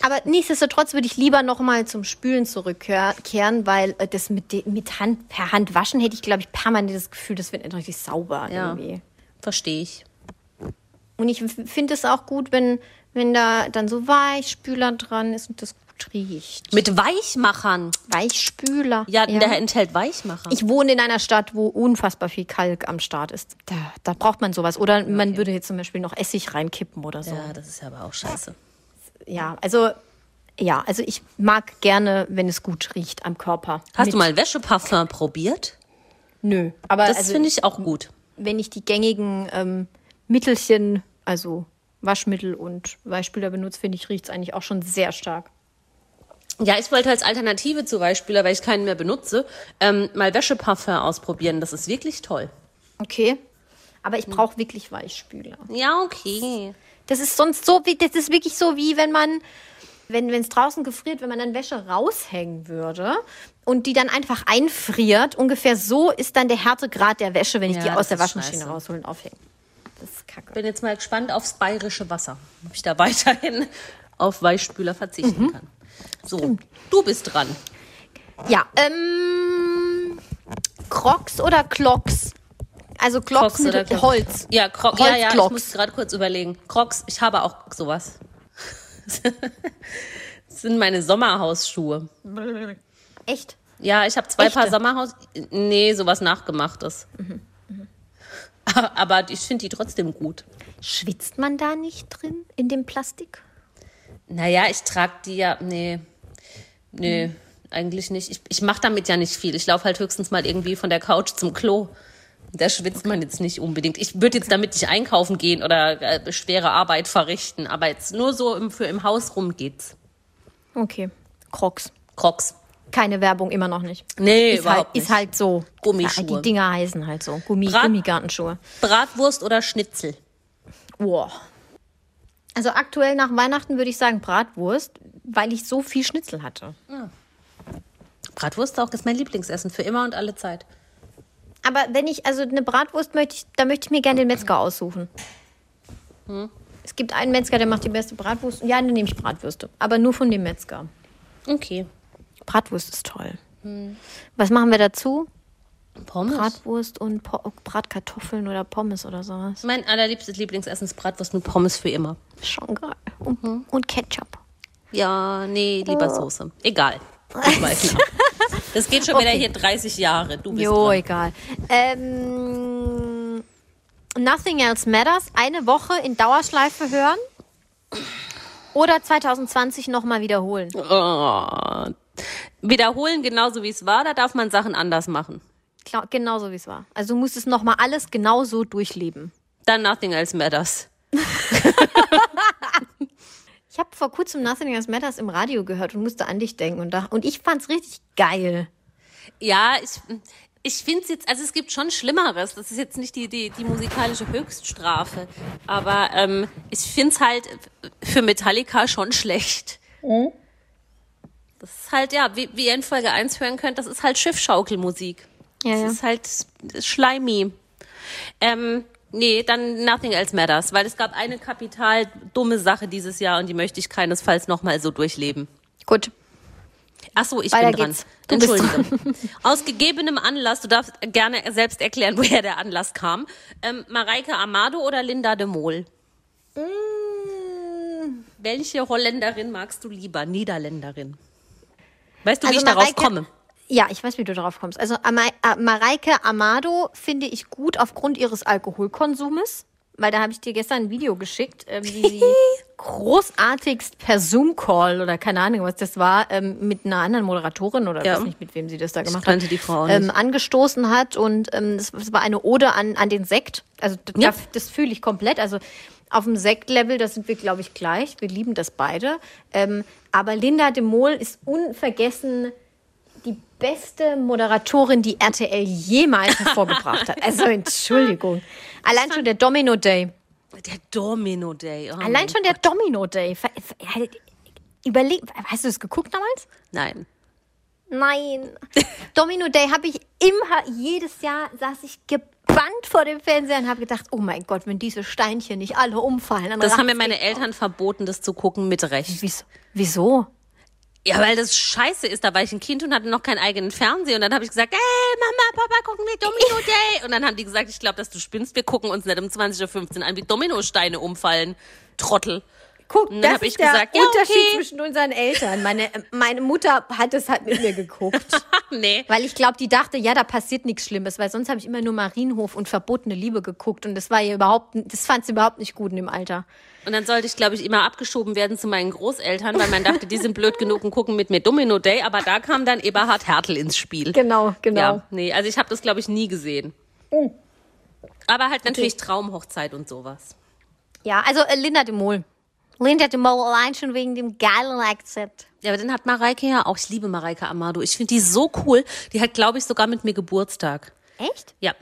Speaker 2: aber nichtsdestotrotz würde ich lieber nochmal zum Spülen zurückkehren, weil äh, das mit, de- mit Hand, per Hand waschen hätte ich, glaube ich, permanent das Gefühl, das wird nicht richtig sauber
Speaker 3: Ja.
Speaker 2: irgendwie.
Speaker 3: Verstehe ich.
Speaker 2: Und ich f- finde es auch gut, wenn, wenn da dann so Weichspüler dran ist und das gut riecht.
Speaker 3: Mit Weichmachern.
Speaker 2: Weichspüler.
Speaker 3: Ja, der enthält Weichmacher.
Speaker 2: Ich wohne in einer Stadt, wo unfassbar viel Kalk am Start ist. Da, da braucht man sowas. Oder man würde jetzt zum Beispiel noch Essig reinkippen oder so.
Speaker 3: ja, das ist ja aber auch scheiße.
Speaker 2: Ja, also ja, also ich mag gerne, wenn es gut riecht am Körper.
Speaker 3: Hast
Speaker 2: Mit-
Speaker 3: du mal einen Wäscheparfum probiert?
Speaker 2: Nö, aber
Speaker 3: Das
Speaker 2: also,
Speaker 3: finde ich auch gut.
Speaker 2: wenn ich die gängigen ähm, Mittelchen, also Waschmittel und Weichspüler benutze, finde ich, riecht es eigentlich auch schon sehr stark.
Speaker 3: Ja, ich wollte als Alternative zu Weichspüler, weil ich keinen mehr benutze, ähm, mal Wäscheparfum ausprobieren. Das ist wirklich toll.
Speaker 2: Okay. Aber
Speaker 3: Hm.
Speaker 2: ich brauche wirklich Weichspüler.
Speaker 3: Ja, okay.
Speaker 2: Das ist sonst so wie, das ist wirklich so wie wenn man, wenn es draußen gefriert, wenn man dann Wäsche raushängen würde und die dann einfach einfriert. Ungefähr so ist dann der Härtegrad der Wäsche, wenn ich
Speaker 3: Ja,
Speaker 2: die aus
Speaker 3: das
Speaker 2: der
Speaker 3: ist
Speaker 2: Waschmaschine
Speaker 3: scheiße.
Speaker 2: rausholen und aufhänge. Das ist kacke.
Speaker 3: Bin jetzt mal gespannt aufs bayerische Wasser. Ob ich da weiterhin auf Weichspüler verzichten kann. So, du bist dran.
Speaker 2: Ja, ähm, Crocs oder Clocks? Also Clocks,
Speaker 3: Crocs
Speaker 2: mit
Speaker 3: oder Crocs?
Speaker 2: Holz.
Speaker 3: Ja, Cro ja, ja, ich
Speaker 2: Holzclocks.
Speaker 3: muss gerade kurz überlegen. Crocs, ich habe auch sowas. das sind meine Sommerhausschuhe.
Speaker 2: Echt?
Speaker 3: Ja, ich habe zwei Paar
Speaker 2: Echte?
Speaker 3: Sommerhaus. Nee, sowas nachgemachtes. Aber ich finde die trotzdem gut.
Speaker 2: Schwitzt man da nicht drin in dem Plastik?
Speaker 3: Naja, ich trage die ja. Nee. Mhm. Nee, eigentlich nicht. Ich, ich mache damit ja nicht viel. Ich laufe halt höchstens mal irgendwie von der Couch zum Klo. Da schwitzt man jetzt nicht unbedingt. Ich würde jetzt damit nicht einkaufen gehen oder äh, schwere Arbeit verrichten. Aber jetzt nur so im, für im Haus rum geht's.
Speaker 2: Okay. Crocs.
Speaker 3: Crocs.
Speaker 2: Keine Werbung, immer noch nicht.
Speaker 3: Nee,
Speaker 2: ist
Speaker 3: überhaupt
Speaker 2: halt,
Speaker 3: nicht.
Speaker 2: Ist halt so.
Speaker 3: Gummischuhe.
Speaker 2: Ja, die Dinger heißen halt so. Gummi,
Speaker 3: Brat-
Speaker 2: Gummigartenschuhe.
Speaker 3: Bratwurst oder Schnitzel?
Speaker 2: Boah. Also aktuell nach Weihnachten würde ich sagen Bratwurst, weil ich so viel Schnitzel hatte.
Speaker 3: Bratwurst auch ist mein Lieblingsessen für immer und alle Zeit.
Speaker 2: Aber wenn ich, also eine Bratwurst möchte ich, da möchte ich mir gerne den Metzger aussuchen. Es gibt einen Metzger, der macht die beste Bratwurst. Ja, dann nehme ich Bratwürste. Aber nur von dem Metzger.
Speaker 3: Okay.
Speaker 2: Bratwurst ist toll. Was machen wir dazu?
Speaker 3: Pommes.
Speaker 2: Bratwurst und po Bratkartoffeln oder Pommes oder sowas.
Speaker 3: Mein allerliebstes Lieblingsessen ist Bratwurst mit Pommes für immer.
Speaker 2: Schon geil. Und, und Ketchup.
Speaker 3: Ja, nee, lieber Soße. Egal. Ich weiß nicht. Das geht schon wieder hier 30 Jahre. Du bist
Speaker 2: Jo,
Speaker 3: dran.
Speaker 2: egal. Ähm, Nothing Else Matters, eine Woche in Dauerschleife hören oder 2020 nochmal wiederholen.
Speaker 3: Oh. Wiederholen genauso wie es war, da darf man Sachen anders machen.
Speaker 2: Klar, genauso wie es war. Also du musst es nochmal alles genauso durchleben.
Speaker 3: Dann nothing else matters.
Speaker 2: Ich habe vor kurzem Nothing Else Matters im Radio gehört und musste an dich denken und, da, und ich fand's richtig geil.
Speaker 3: Ja, ich, ich finde es jetzt, also es gibt schon Schlimmeres. Das ist jetzt nicht die, die, die musikalische Höchststrafe. Aber ähm, ich finde es halt für Metallica schon schlecht.
Speaker 2: Mhm.
Speaker 3: Das ist halt, ja, wie, wie ihr in Folge 1 hören könnt, das ist halt Schiffschaukelmusik.
Speaker 2: Ja,
Speaker 3: das
Speaker 2: ja.
Speaker 3: ist halt schleimy. Ähm, nee, dann Nothing Else Matters, weil es gab eine kapital dumme Sache dieses Jahr und die möchte ich keinesfalls nochmal so durchleben.
Speaker 2: Gut.
Speaker 3: Ach so, ich
Speaker 2: Weiter
Speaker 3: bin dran.
Speaker 2: geht's. Du bist
Speaker 3: Entschuldige. Aus gegebenem Anlass, du darfst gerne selbst erklären, woher der Anlass kam. Ähm, Mareike Amado oder Linda de Mol?
Speaker 2: Mm.
Speaker 3: Welche Holländerin magst du lieber? Niederländerin. Weißt du, wie ich darauf komme?
Speaker 2: Also Ja, ich weiß, wie du darauf kommst. Also Ama- äh, Mareike Amado finde ich gut aufgrund ihres Alkoholkonsumes, weil da habe ich dir gestern ein Video geschickt, ähm, wie sie großartigst per Zoom-Call oder keine Ahnung, was das war, ähm, mit einer anderen Moderatorin oder
Speaker 3: Ja.
Speaker 2: weiß nicht, mit wem sie das da gemacht
Speaker 3: kannte
Speaker 2: hat,
Speaker 3: die Frau auch
Speaker 2: ähm, angestoßen hat. Und ähm, das, das war eine Ode an, an den Sekt. Also d-
Speaker 3: Ja.
Speaker 2: da, das fühle ich komplett. Also auf dem Sekt-Level, da sind wir, glaube ich, gleich. Wir lieben das beide. Ähm, aber Linda de Mol ist unvergessen die beste Moderatorin, die RTL jemals hervorgebracht hat. Also Entschuldigung. Allein schon der Domino Day.
Speaker 3: Der Domino Day. Oh
Speaker 2: Allein
Speaker 3: Mann.
Speaker 2: schon der Domino Day. Ver- ver- halt-
Speaker 4: Überleg, hast du es geguckt damals?
Speaker 3: Nein.
Speaker 4: Nein. Domino Day habe ich immer, jedes Jahr saß ich gebannt vor dem Fernseher und habe gedacht, oh mein Gott, wenn diese Steinchen nicht alle umfallen. Dann
Speaker 3: Das
Speaker 4: raff's
Speaker 3: haben mir meine
Speaker 4: nicht.
Speaker 3: Eltern verboten, das zu gucken, mit Recht.
Speaker 4: Wieso? Wieso?
Speaker 3: Ja, weil das scheiße ist. Da war ich ein Kind und hatte noch keinen eigenen Fernseher. Und dann habe ich gesagt, hey, Mama, Papa, gucken wir Domino Day. Und dann haben die gesagt, ich glaube, dass du spinnst. Wir gucken uns nicht um 20.15 Uhr an, wie Dominosteine umfallen. Trottel.
Speaker 2: Guck,
Speaker 3: Und dann
Speaker 2: das
Speaker 3: hab
Speaker 2: ist
Speaker 3: ich
Speaker 2: der
Speaker 3: gesagt, ja,
Speaker 2: Unterschied
Speaker 3: okay.
Speaker 2: zwischen unseren Eltern. Meine, äh, meine Mutter hat es halt mit mir geguckt.
Speaker 3: Nee.
Speaker 4: Weil ich glaube, die dachte, ja, da passiert nichts Schlimmes, weil sonst habe ich immer nur Marienhof und verbotene Liebe geguckt und das war ihr überhaupt, das fand sie überhaupt nicht gut in dem Alter.
Speaker 3: Und dann sollte ich, glaube ich, immer abgeschoben werden zu meinen Großeltern, weil man dachte, die sind blöd genug und gucken mit mir Domino Day. Aber da kam dann Eberhard Hertel ins Spiel.
Speaker 2: Genau, genau. Oh.
Speaker 3: Ja, nee, also ich habe das, glaube ich, nie gesehen. Aber halt natürlich Traumhochzeit und sowas.
Speaker 4: Ja, also äh, Linda de Mol. Linda de Mol allein schon wegen dem geilen Akzent.
Speaker 3: Ja, aber den hat Mareike ja auch. Ich liebe Mareike Amado. Ich finde die so cool. Die hat, glaube ich, sogar mit mir Geburtstag.
Speaker 4: Echt?
Speaker 3: Ja.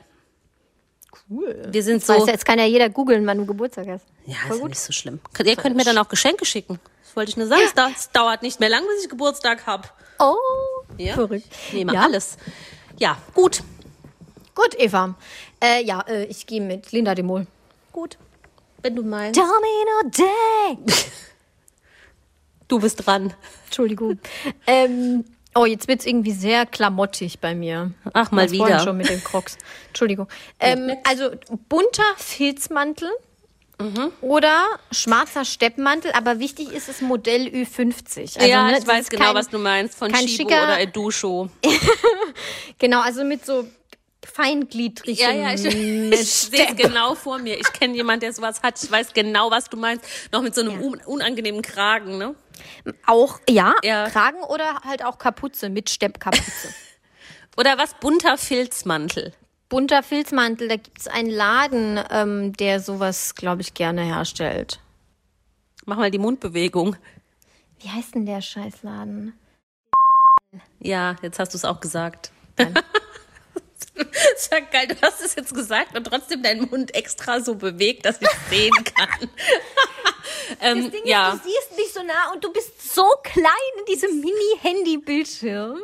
Speaker 2: Cool.
Speaker 3: Wir sind
Speaker 4: So.
Speaker 3: so.
Speaker 4: Weißt du, jetzt kann ja jeder googeln, wann du Geburtstag hast.
Speaker 3: Ja, ist ja nicht so schlimm. Könnt- Ihr könnt mir dann auch Geschenke schicken. Das wollte ich nur sagen. Es dauert, es dauert nicht mehr lang, bis ich Geburtstag habe.
Speaker 4: Oh.
Speaker 3: Ja.
Speaker 2: Verrückt.
Speaker 3: Ich nehme
Speaker 2: Ja.
Speaker 3: alles. Ja, gut.
Speaker 2: Gut, Eva. Äh, ja, äh, ich gehe mit Linda de Mol.
Speaker 3: Gut. Wenn du meinst.
Speaker 4: Domino Day.
Speaker 3: Du bist dran.
Speaker 2: Entschuldigung. ähm, oh, jetzt wird's irgendwie sehr klamottig bei mir.
Speaker 3: Ach, mal
Speaker 2: Das vorhin
Speaker 3: wieder.
Speaker 2: schon mit den Crocs. Entschuldigung. Ähm, also bunter Filzmantel
Speaker 3: Mhm.
Speaker 2: oder schwarzer Steppmantel, aber wichtig ist das Modell Ü50. Also,
Speaker 3: ja,
Speaker 2: ne,
Speaker 3: ich
Speaker 2: das
Speaker 3: weiß
Speaker 2: ist
Speaker 3: genau,
Speaker 2: kein-
Speaker 3: was du meinst. Von
Speaker 2: kein
Speaker 3: Shibo
Speaker 2: schicker-
Speaker 3: oder Edusho.
Speaker 2: Genau, also mit so feingliedrigen
Speaker 3: Ja, ja, ich, ich sehe es genau vor mir. Ich kenne jemanden, der sowas hat. Ich weiß genau, was du meinst. Noch mit so einem un unangenehmen Kragen, ne?
Speaker 2: auch ja,
Speaker 3: Ja.
Speaker 2: Kragen oder halt auch Kapuze mit Steppkapuze.
Speaker 3: Oder was? Bunter Filzmantel.
Speaker 2: Bunter Filzmantel, da gibt's einen Laden, ähm, der sowas, glaube ich, gerne herstellt.
Speaker 3: Mach mal die Mundbewegung.
Speaker 2: Wie heißt denn der Scheißladen?
Speaker 3: Ja, jetzt hast du es auch gesagt. ist ja geil, du hast es jetzt gesagt und trotzdem deinen Mund extra so bewegt, dass ich sehen kann. ähm, ja,
Speaker 2: Du siehst mich so nah und du bist so klein in diesem Mini-Handy-Bildschirm.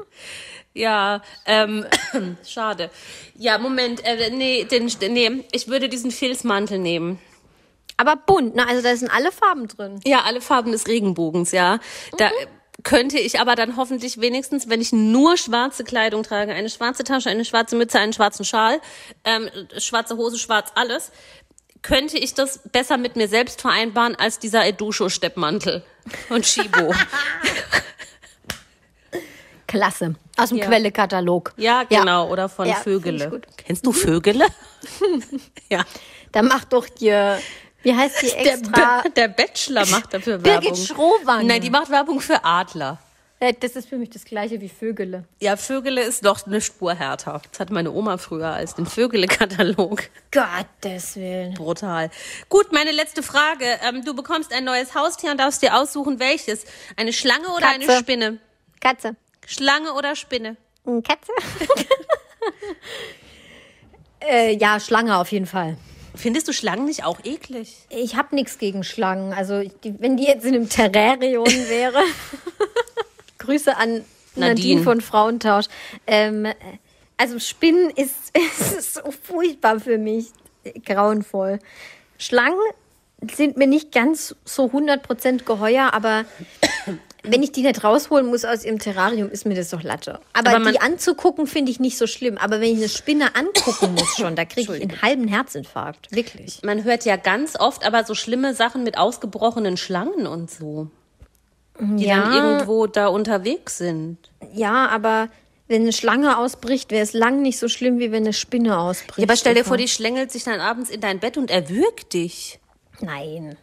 Speaker 3: ja, ähm, schade. Ja, Moment, äh, nee, den, nee, ich würde diesen Filzmantel nehmen.
Speaker 2: Aber bunt, ne? Also da sind alle Farben drin.
Speaker 3: Ja, alle Farben des Regenbogens, ja. Da äh,
Speaker 2: Mhm.
Speaker 3: könnte ich aber dann hoffentlich wenigstens, wenn ich nur schwarze Kleidung trage, eine schwarze Tasche, eine schwarze Mütze, einen schwarzen Schal, ähm, schwarze Hose, schwarz alles, könnte ich das besser mit mir selbst vereinbaren als dieser Edusho-Steppmantel und Shibo.
Speaker 2: Klasse. Aus dem
Speaker 3: Ja.
Speaker 2: Quelle-Katalog.
Speaker 3: ja, genau. Oder von
Speaker 2: Ja, find ich
Speaker 3: Vögele.
Speaker 2: gut. Mhm.
Speaker 3: Kennst du Vögele? ja.
Speaker 2: Da macht doch dir, wie heißt die extra?
Speaker 3: Ba- der Bachelor macht dafür Werbung.
Speaker 2: Birgit Schrowann.
Speaker 3: Nein, die macht Werbung für Adler.
Speaker 2: Äh, Das ist für mich das gleiche wie Vögele.
Speaker 3: Ja, Vögele ist noch eine Spur härter. Das hatte meine Oma früher als den Vögele-Katalog.
Speaker 2: Gottes Willen.
Speaker 3: Brutal. Gut, meine letzte Frage. Ähm, du bekommst ein neues Haustier und darfst dir aussuchen, welches. Eine Schlange oder eine
Speaker 4: Katze.
Speaker 3: Spinne?
Speaker 4: Katze.
Speaker 3: Schlange oder Spinne?
Speaker 4: Hm, Katze.
Speaker 2: Äh, ja, Schlange auf jeden Fall.
Speaker 3: Findest du Schlangen nicht auch eklig?
Speaker 2: Ich habe nichts gegen Schlangen. Also ich, die, wenn die jetzt in einem Terrarium wäre. Grüße an Nadine,
Speaker 3: Nadine.
Speaker 2: von Frauentausch. Ähm, äh, also Spinnen ist, ist so furchtbar für mich. Grauenvoll. Schlangen sind mir nicht ganz so 100% geheuer, aber wenn ich die nicht rausholen muss aus ihrem Terrarium, ist mir das doch Latte. Aber,
Speaker 3: Aber man-
Speaker 2: die anzugucken, finde ich nicht so schlimm. Aber wenn ich eine Spinne angucken muss schon, da kriege ich einen halben Herzinfarkt. Wirklich.
Speaker 3: Man hört ja ganz oft aber so schlimme Sachen mit ausgebrochenen Schlangen und so. Die dann irgendwo da unterwegs sind.
Speaker 2: Ja, aber wenn eine Schlange ausbricht, wäre es lang nicht so schlimm, wie wenn eine Spinne ausbricht.
Speaker 3: Ja, aber stell dir vor, die schlängelt sich dann abends in dein Bett und erwürgt dich.
Speaker 2: Nein.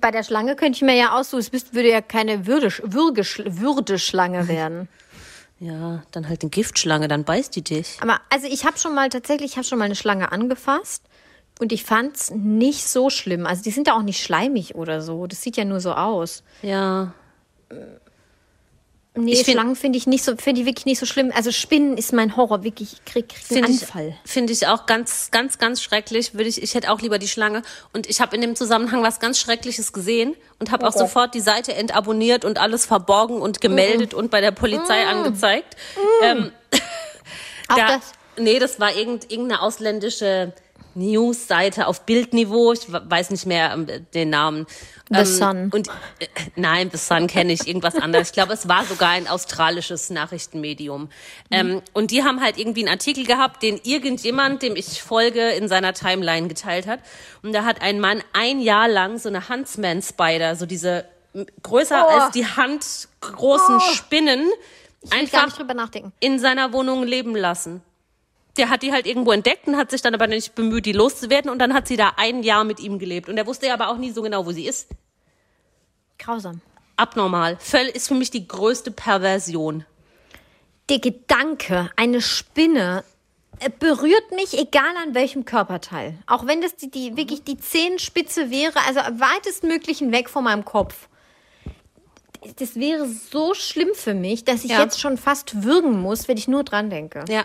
Speaker 2: Bei der Schlange könnte ich mir ja aussuchen, es müsste- würde ja keine Würde, Würge, Würdeschlange werden.
Speaker 3: Ja, dann halt eine Giftschlange, dann beißt die dich.
Speaker 2: Aber also ich habe schon mal tatsächlich, ich habe schon mal eine Schlange angefasst und ich fand's nicht so schlimm. Also die sind ja auch nicht schleimig oder so. Das sieht ja nur so aus.
Speaker 3: Ja.
Speaker 4: Nee,
Speaker 3: Ich find-
Speaker 4: Schlangen finde ich nicht so, finde ich wirklich nicht so schlimm. Also Spinnen ist mein Horror, wirklich. Ich krieg, krieg einen
Speaker 3: Finde ich,
Speaker 4: Anfall.
Speaker 3: finde ich auch ganz, ganz, ganz schrecklich. Würde ich, ich hätte auch lieber die Schlange. Und ich habe in dem Zusammenhang was ganz Schreckliches gesehen und habe auch sofort die Seite entabonniert und alles verborgen und gemeldet und bei der Polizei angezeigt. Ähm,
Speaker 2: Auch
Speaker 3: da,
Speaker 2: das.
Speaker 3: Nee, das war irgend, irgendeine ausländische News-Seite auf Bildniveau. Ich we- weiß nicht mehr ähm, den Namen. Ähm,
Speaker 4: The Sun.
Speaker 3: Und, äh, nein, The Sun kenne ich, irgendwas anderes. Ich glaube, es war sogar ein australisches Nachrichtenmedium.
Speaker 2: Mhm.
Speaker 3: Ähm, und die haben halt irgendwie einen Artikel gehabt, den irgendjemand, dem ich folge, in seiner Timeline geteilt hat. Und da hat ein Mann ein Jahr lang so eine Huntsman-Spider, so diese m, größer als die Hand großen Spinnen,
Speaker 2: Oh. Ich will gar
Speaker 3: einfach
Speaker 2: nicht drüber nachdenken.
Speaker 3: in seiner Wohnung leben lassen. Der hat die halt irgendwo entdeckt und hat sich dann aber nicht bemüht, die loszuwerden. Und dann hat sie da ein Jahr mit ihm gelebt. Und er wusste ja aber auch nie so genau, wo sie ist.
Speaker 2: Grausam.
Speaker 3: Abnormal. Völl ist für mich die größte Perversion.
Speaker 2: Der Gedanke, eine Spinne äh, berührt mich, egal an welchem Körperteil. Auch wenn das die,
Speaker 3: Mhm.
Speaker 2: die wirklich die Zehenspitze wäre, also am weitestmöglichen weg von meinem Kopf. Das wäre so schlimm für mich, dass ich
Speaker 3: Ja.
Speaker 2: jetzt schon fast würgen muss, wenn ich nur dran denke.
Speaker 3: Ja.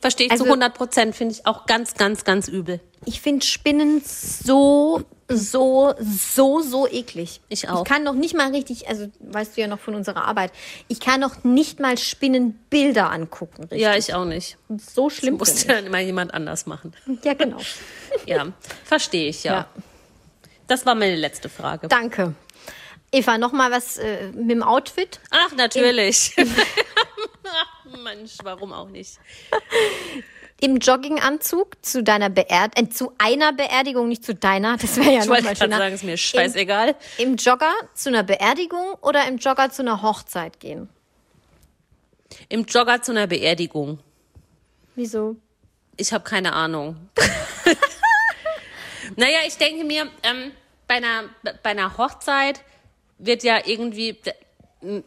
Speaker 3: Verstehe ich
Speaker 2: Also-
Speaker 3: zu 100 Prozent. Finde ich auch ganz, ganz, ganz übel.
Speaker 2: Ich finde Spinnen so, so, so, so eklig.
Speaker 3: Ich auch.
Speaker 2: Ich kann noch nicht mal richtig, also weißt du ja noch von unserer Arbeit, ich kann noch nicht mal Spinnenbilder angucken. Richtig.
Speaker 3: Ja, ich auch nicht.
Speaker 2: so schlimm.
Speaker 3: Muss
Speaker 2: finde
Speaker 3: dann immer jemand anders machen.
Speaker 2: ich. Ja, genau.
Speaker 3: Ja. Verstehe ich, ja.
Speaker 2: Ja.
Speaker 3: Das war meine letzte Frage.
Speaker 2: Danke. Eva, noch mal was äh, mit dem Outfit.
Speaker 3: Ach, natürlich. Mensch, warum auch nicht?
Speaker 2: Im Jogginganzug zu deiner Beerdigung, äh, zu einer Beerdigung, nicht zu deiner, das wäre ja
Speaker 3: Ich
Speaker 2: noch
Speaker 3: wollte
Speaker 2: mal
Speaker 3: gerade
Speaker 2: schöner.
Speaker 3: sagen, ist mir scheißegal.
Speaker 2: Im, Im Jogger zu einer Beerdigung oder im Jogger zu einer Hochzeit gehen?
Speaker 3: Im Jogger zu einer Beerdigung.
Speaker 2: Wieso?
Speaker 3: Ich habe keine Ahnung. naja, ich denke mir, ähm, bei, einer, bei einer Hochzeit wird ja irgendwie. d- n-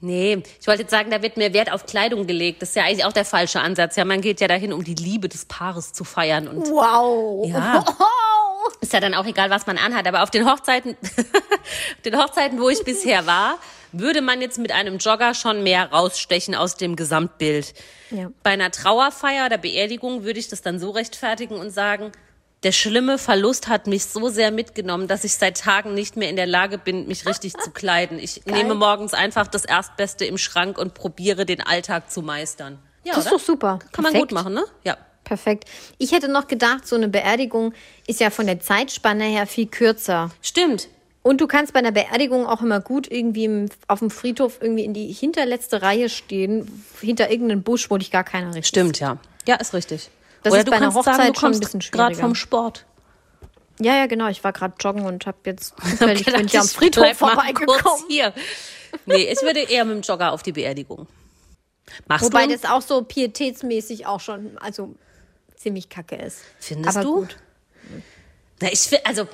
Speaker 3: Nee, ich wollte jetzt sagen, da wird mehr Wert auf Kleidung gelegt. Das ist ja eigentlich auch der falsche Ansatz. Ja, man geht ja dahin, um die Liebe des Paares zu feiern. Und
Speaker 2: Wow.
Speaker 3: Ja.
Speaker 2: Wow.
Speaker 3: Ah. ist ja dann auch egal, was man anhat. Aber auf den Hochzeiten, auf den Hochzeiten, wo ich bisher war, würde man jetzt mit einem Jogger schon mehr rausstechen aus dem Gesamtbild.
Speaker 2: Ja.
Speaker 3: Bei einer Trauerfeier oder Beerdigung würde ich das dann so rechtfertigen und sagen, der schlimme Verlust hat mich so sehr mitgenommen, dass ich seit Tagen nicht mehr in der Lage bin, mich richtig zu kleiden. Ich nehme morgens einfach das Erstbeste im Schrank und probiere, den Alltag zu meistern. Ja,
Speaker 2: Das ist
Speaker 3: oder?
Speaker 2: doch super.
Speaker 3: Kann man
Speaker 2: Perfekt.
Speaker 3: gut machen, ne? Ja.
Speaker 2: Perfekt. Ich hätte noch gedacht, so eine Beerdigung ist ja von der Zeitspanne her viel kürzer.
Speaker 3: Stimmt.
Speaker 2: Und du kannst bei einer Beerdigung auch immer gut irgendwie im, auf dem Friedhof irgendwie in die hinterletzte Reihe stehen, hinter irgendeinem Busch, wo dich gar keiner richtig
Speaker 3: Stimmt, ja. Ja, ist richtig.
Speaker 2: Das ist bei einer Hochzeit schon ein bisschen
Speaker 3: gerade
Speaker 2: schwieriger.
Speaker 3: vom Sport.
Speaker 2: sieht. Ja, ja, genau. Ich war gerade joggen und habe jetzt zufällig bin ich ja am
Speaker 3: Ich bleib
Speaker 2: Friedhof
Speaker 3: mal
Speaker 2: vorbeigekommen.
Speaker 3: kurz Hier. Nee, ich würde eher mit dem Jogger auf die Beerdigung. Machst
Speaker 2: Wobei
Speaker 3: du?
Speaker 2: das auch so pietätsmäßig auch schon, also ziemlich kacke ist.
Speaker 3: Findest
Speaker 2: aber
Speaker 3: du?
Speaker 2: Gut.
Speaker 3: Na, ich fi- also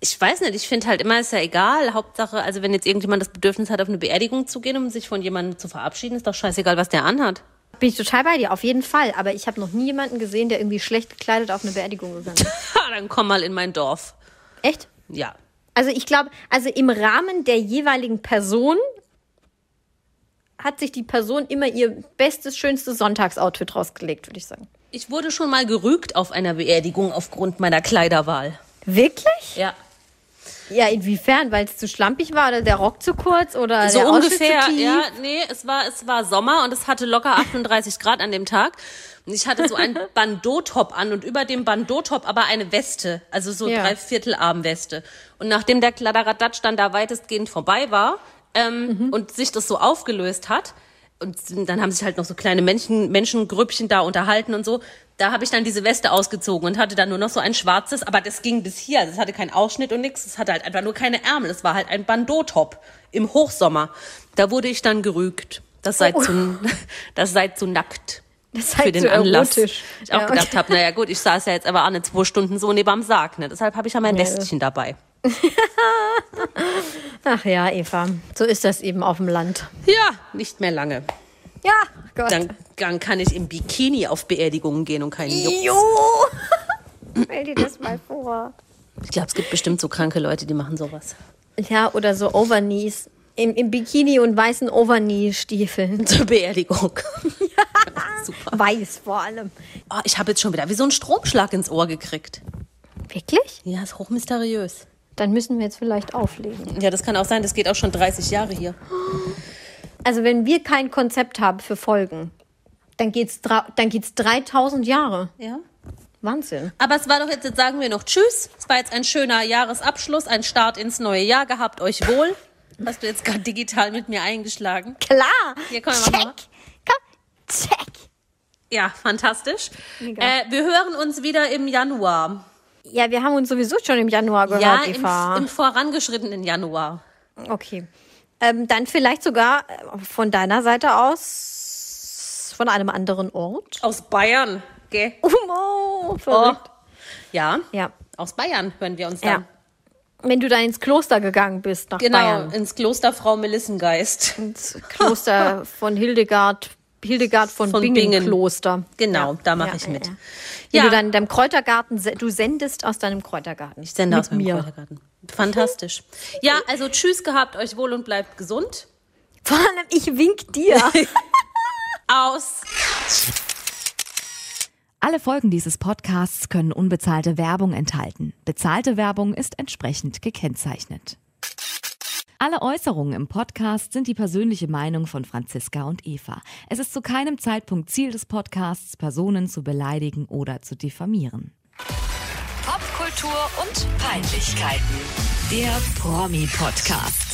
Speaker 3: ich weiß nicht, ich finde halt immer ist ja egal, Hauptsache, also wenn jetzt irgendjemand das Bedürfnis hat auf eine Beerdigung zu gehen, um sich von jemandem zu verabschieden, ist doch scheißegal, was der anhat.
Speaker 2: Bin ich total bei dir, auf jeden Fall. Aber ich habe noch nie jemanden gesehen, der irgendwie schlecht gekleidet auf eine Beerdigung gegangen ist.
Speaker 3: Ha, dann komm mal in mein Dorf.
Speaker 2: Echt?
Speaker 3: Ja.
Speaker 2: Also ich glaube, also im Rahmen der jeweiligen Person hat sich die Person immer ihr bestes, schönstes Sonntagsoutfit rausgelegt, würde ich sagen.
Speaker 3: Ich wurde schon mal gerügt auf einer Beerdigung aufgrund meiner Kleiderwahl.
Speaker 2: Wirklich?
Speaker 3: Ja.
Speaker 2: Ja, inwiefern? Weil es zu schlampig war oder der Rock zu kurz oder
Speaker 3: So
Speaker 2: Äh, der Ausschnitt
Speaker 3: ungefähr,
Speaker 2: zu tief?
Speaker 3: ja, nee, es war, es war Sommer und es hatte locker 38 Grad an dem Tag. Und ich hatte so einen Bandeau-Top an und über dem Bandeau-Top aber eine Weste, also so
Speaker 2: Ja.
Speaker 3: drei Viertelarmweste. Und nachdem der Kladderadatsch dann da weitestgehend vorbei war
Speaker 2: Mhm.
Speaker 3: ähm, und sich das so aufgelöst hat, und dann haben sich halt noch so kleine Menschen, Menschengrüppchen da unterhalten und so. Da habe ich dann diese Weste ausgezogen und hatte dann nur noch so ein schwarzes, aber das ging bis hier. Also es hatte keinen Ausschnitt und nichts. Es hatte halt einfach nur keine Ärmel. Es war halt ein Bandeau-Top im Hochsommer. Da wurde ich dann gerügt. Das sei, zu, das sei zu nackt.
Speaker 2: Oh. Das sei
Speaker 3: für den
Speaker 2: zu
Speaker 3: Anlass.
Speaker 2: erotisch.
Speaker 3: Ich auch
Speaker 2: Ja,
Speaker 3: gedacht
Speaker 2: okay.
Speaker 3: habe, naja gut, ich saß ja jetzt aber auch nicht zwei Stunden so neben am Sarg. Ne? Deshalb habe ich ja mein Westchen dabei.
Speaker 2: Ach ja, Eva, so ist das eben auf dem Land.
Speaker 3: Ja, nicht mehr lange.
Speaker 2: Ja, Gott.
Speaker 3: Dann, dann kann ich im Bikini auf Beerdigungen gehen und keinen Juck.
Speaker 2: Jo! Stell dir das mal vor.
Speaker 3: Ich glaube, es gibt bestimmt so kranke Leute, die machen sowas.
Speaker 2: Ja, oder so Overknees. Im, Im Bikini und weißen Overknee-Stiefeln.
Speaker 3: Zur Beerdigung.
Speaker 2: Weiß vor allem.
Speaker 3: Oh, ich habe jetzt schon wieder wie so einen Stromschlag ins Ohr gekriegt.
Speaker 2: Wirklich?
Speaker 3: Ja, ist hochmysteriös.
Speaker 2: Dann müssen wir jetzt vielleicht auflegen.
Speaker 3: Ja, das kann auch sein, das geht auch schon 30 Jahre hier.
Speaker 2: Also wenn wir kein Konzept haben für Folgen, dann geht's dra- dann geht's 3000 Jahre.
Speaker 3: Ja.
Speaker 2: Wahnsinn.
Speaker 3: Aber es war doch jetzt, jetzt sagen wir noch Tschüss. Es war jetzt ein schöner Jahresabschluss, ein Start ins neue Jahr. Gehabt euch wohl. Hast du jetzt gerade digital mit mir eingeschlagen?
Speaker 2: Klar.
Speaker 3: Hier, komm, wir machen
Speaker 2: check. Komm, check.
Speaker 3: Ja, fantastisch.
Speaker 2: Mega.
Speaker 3: Äh, wir hören uns wieder im Januar.
Speaker 2: Ja, wir haben uns sowieso schon im Januar gehört,
Speaker 3: Ja, im,
Speaker 2: Eva.
Speaker 3: im vorangeschrittenen Januar.
Speaker 2: okay. Ähm, dann vielleicht sogar äh, von deiner Seite aus von einem anderen Ort.
Speaker 3: Aus Bayern, gell?
Speaker 2: Oh, verrückt.
Speaker 3: Ja,
Speaker 2: Ja.
Speaker 3: aus Bayern hören wir uns dann.
Speaker 2: Ja. Wenn du da ins Kloster gegangen bist, nach
Speaker 3: Genau,
Speaker 2: Bayern.
Speaker 3: ins Kloster Frau Melissengeist.
Speaker 2: Ins Kloster von Hildegard, Hildegard von,
Speaker 3: Von
Speaker 2: Bingen,
Speaker 3: Bingen.
Speaker 2: Kloster.
Speaker 3: Genau,
Speaker 2: Ja.
Speaker 3: da mache
Speaker 2: Ja,
Speaker 3: ich
Speaker 2: ja,
Speaker 3: mit.
Speaker 2: ja. Wie
Speaker 3: Ja,
Speaker 2: du dann in deinem Kräutergarten, se- du sendest aus deinem Kräutergarten.
Speaker 3: ich sende
Speaker 2: Mit
Speaker 3: aus meinem
Speaker 2: mir.
Speaker 3: Kräutergarten. Fantastisch. Ja, also tschüss gehabt, euch wohl und bleibt gesund.
Speaker 2: Vor allem, ich wink dir.
Speaker 3: Aus.
Speaker 1: Alle Folgen dieses Podcasts können unbezahlte Werbung enthalten. Bezahlte Werbung ist entsprechend gekennzeichnet. Alle Äußerungen im Podcast sind die persönliche Meinung von Franziska und Eva. Es ist zu keinem Zeitpunkt Ziel des Podcasts, Personen zu beleidigen oder zu diffamieren. Popkultur und Peinlichkeiten. Der Promi-Podcast.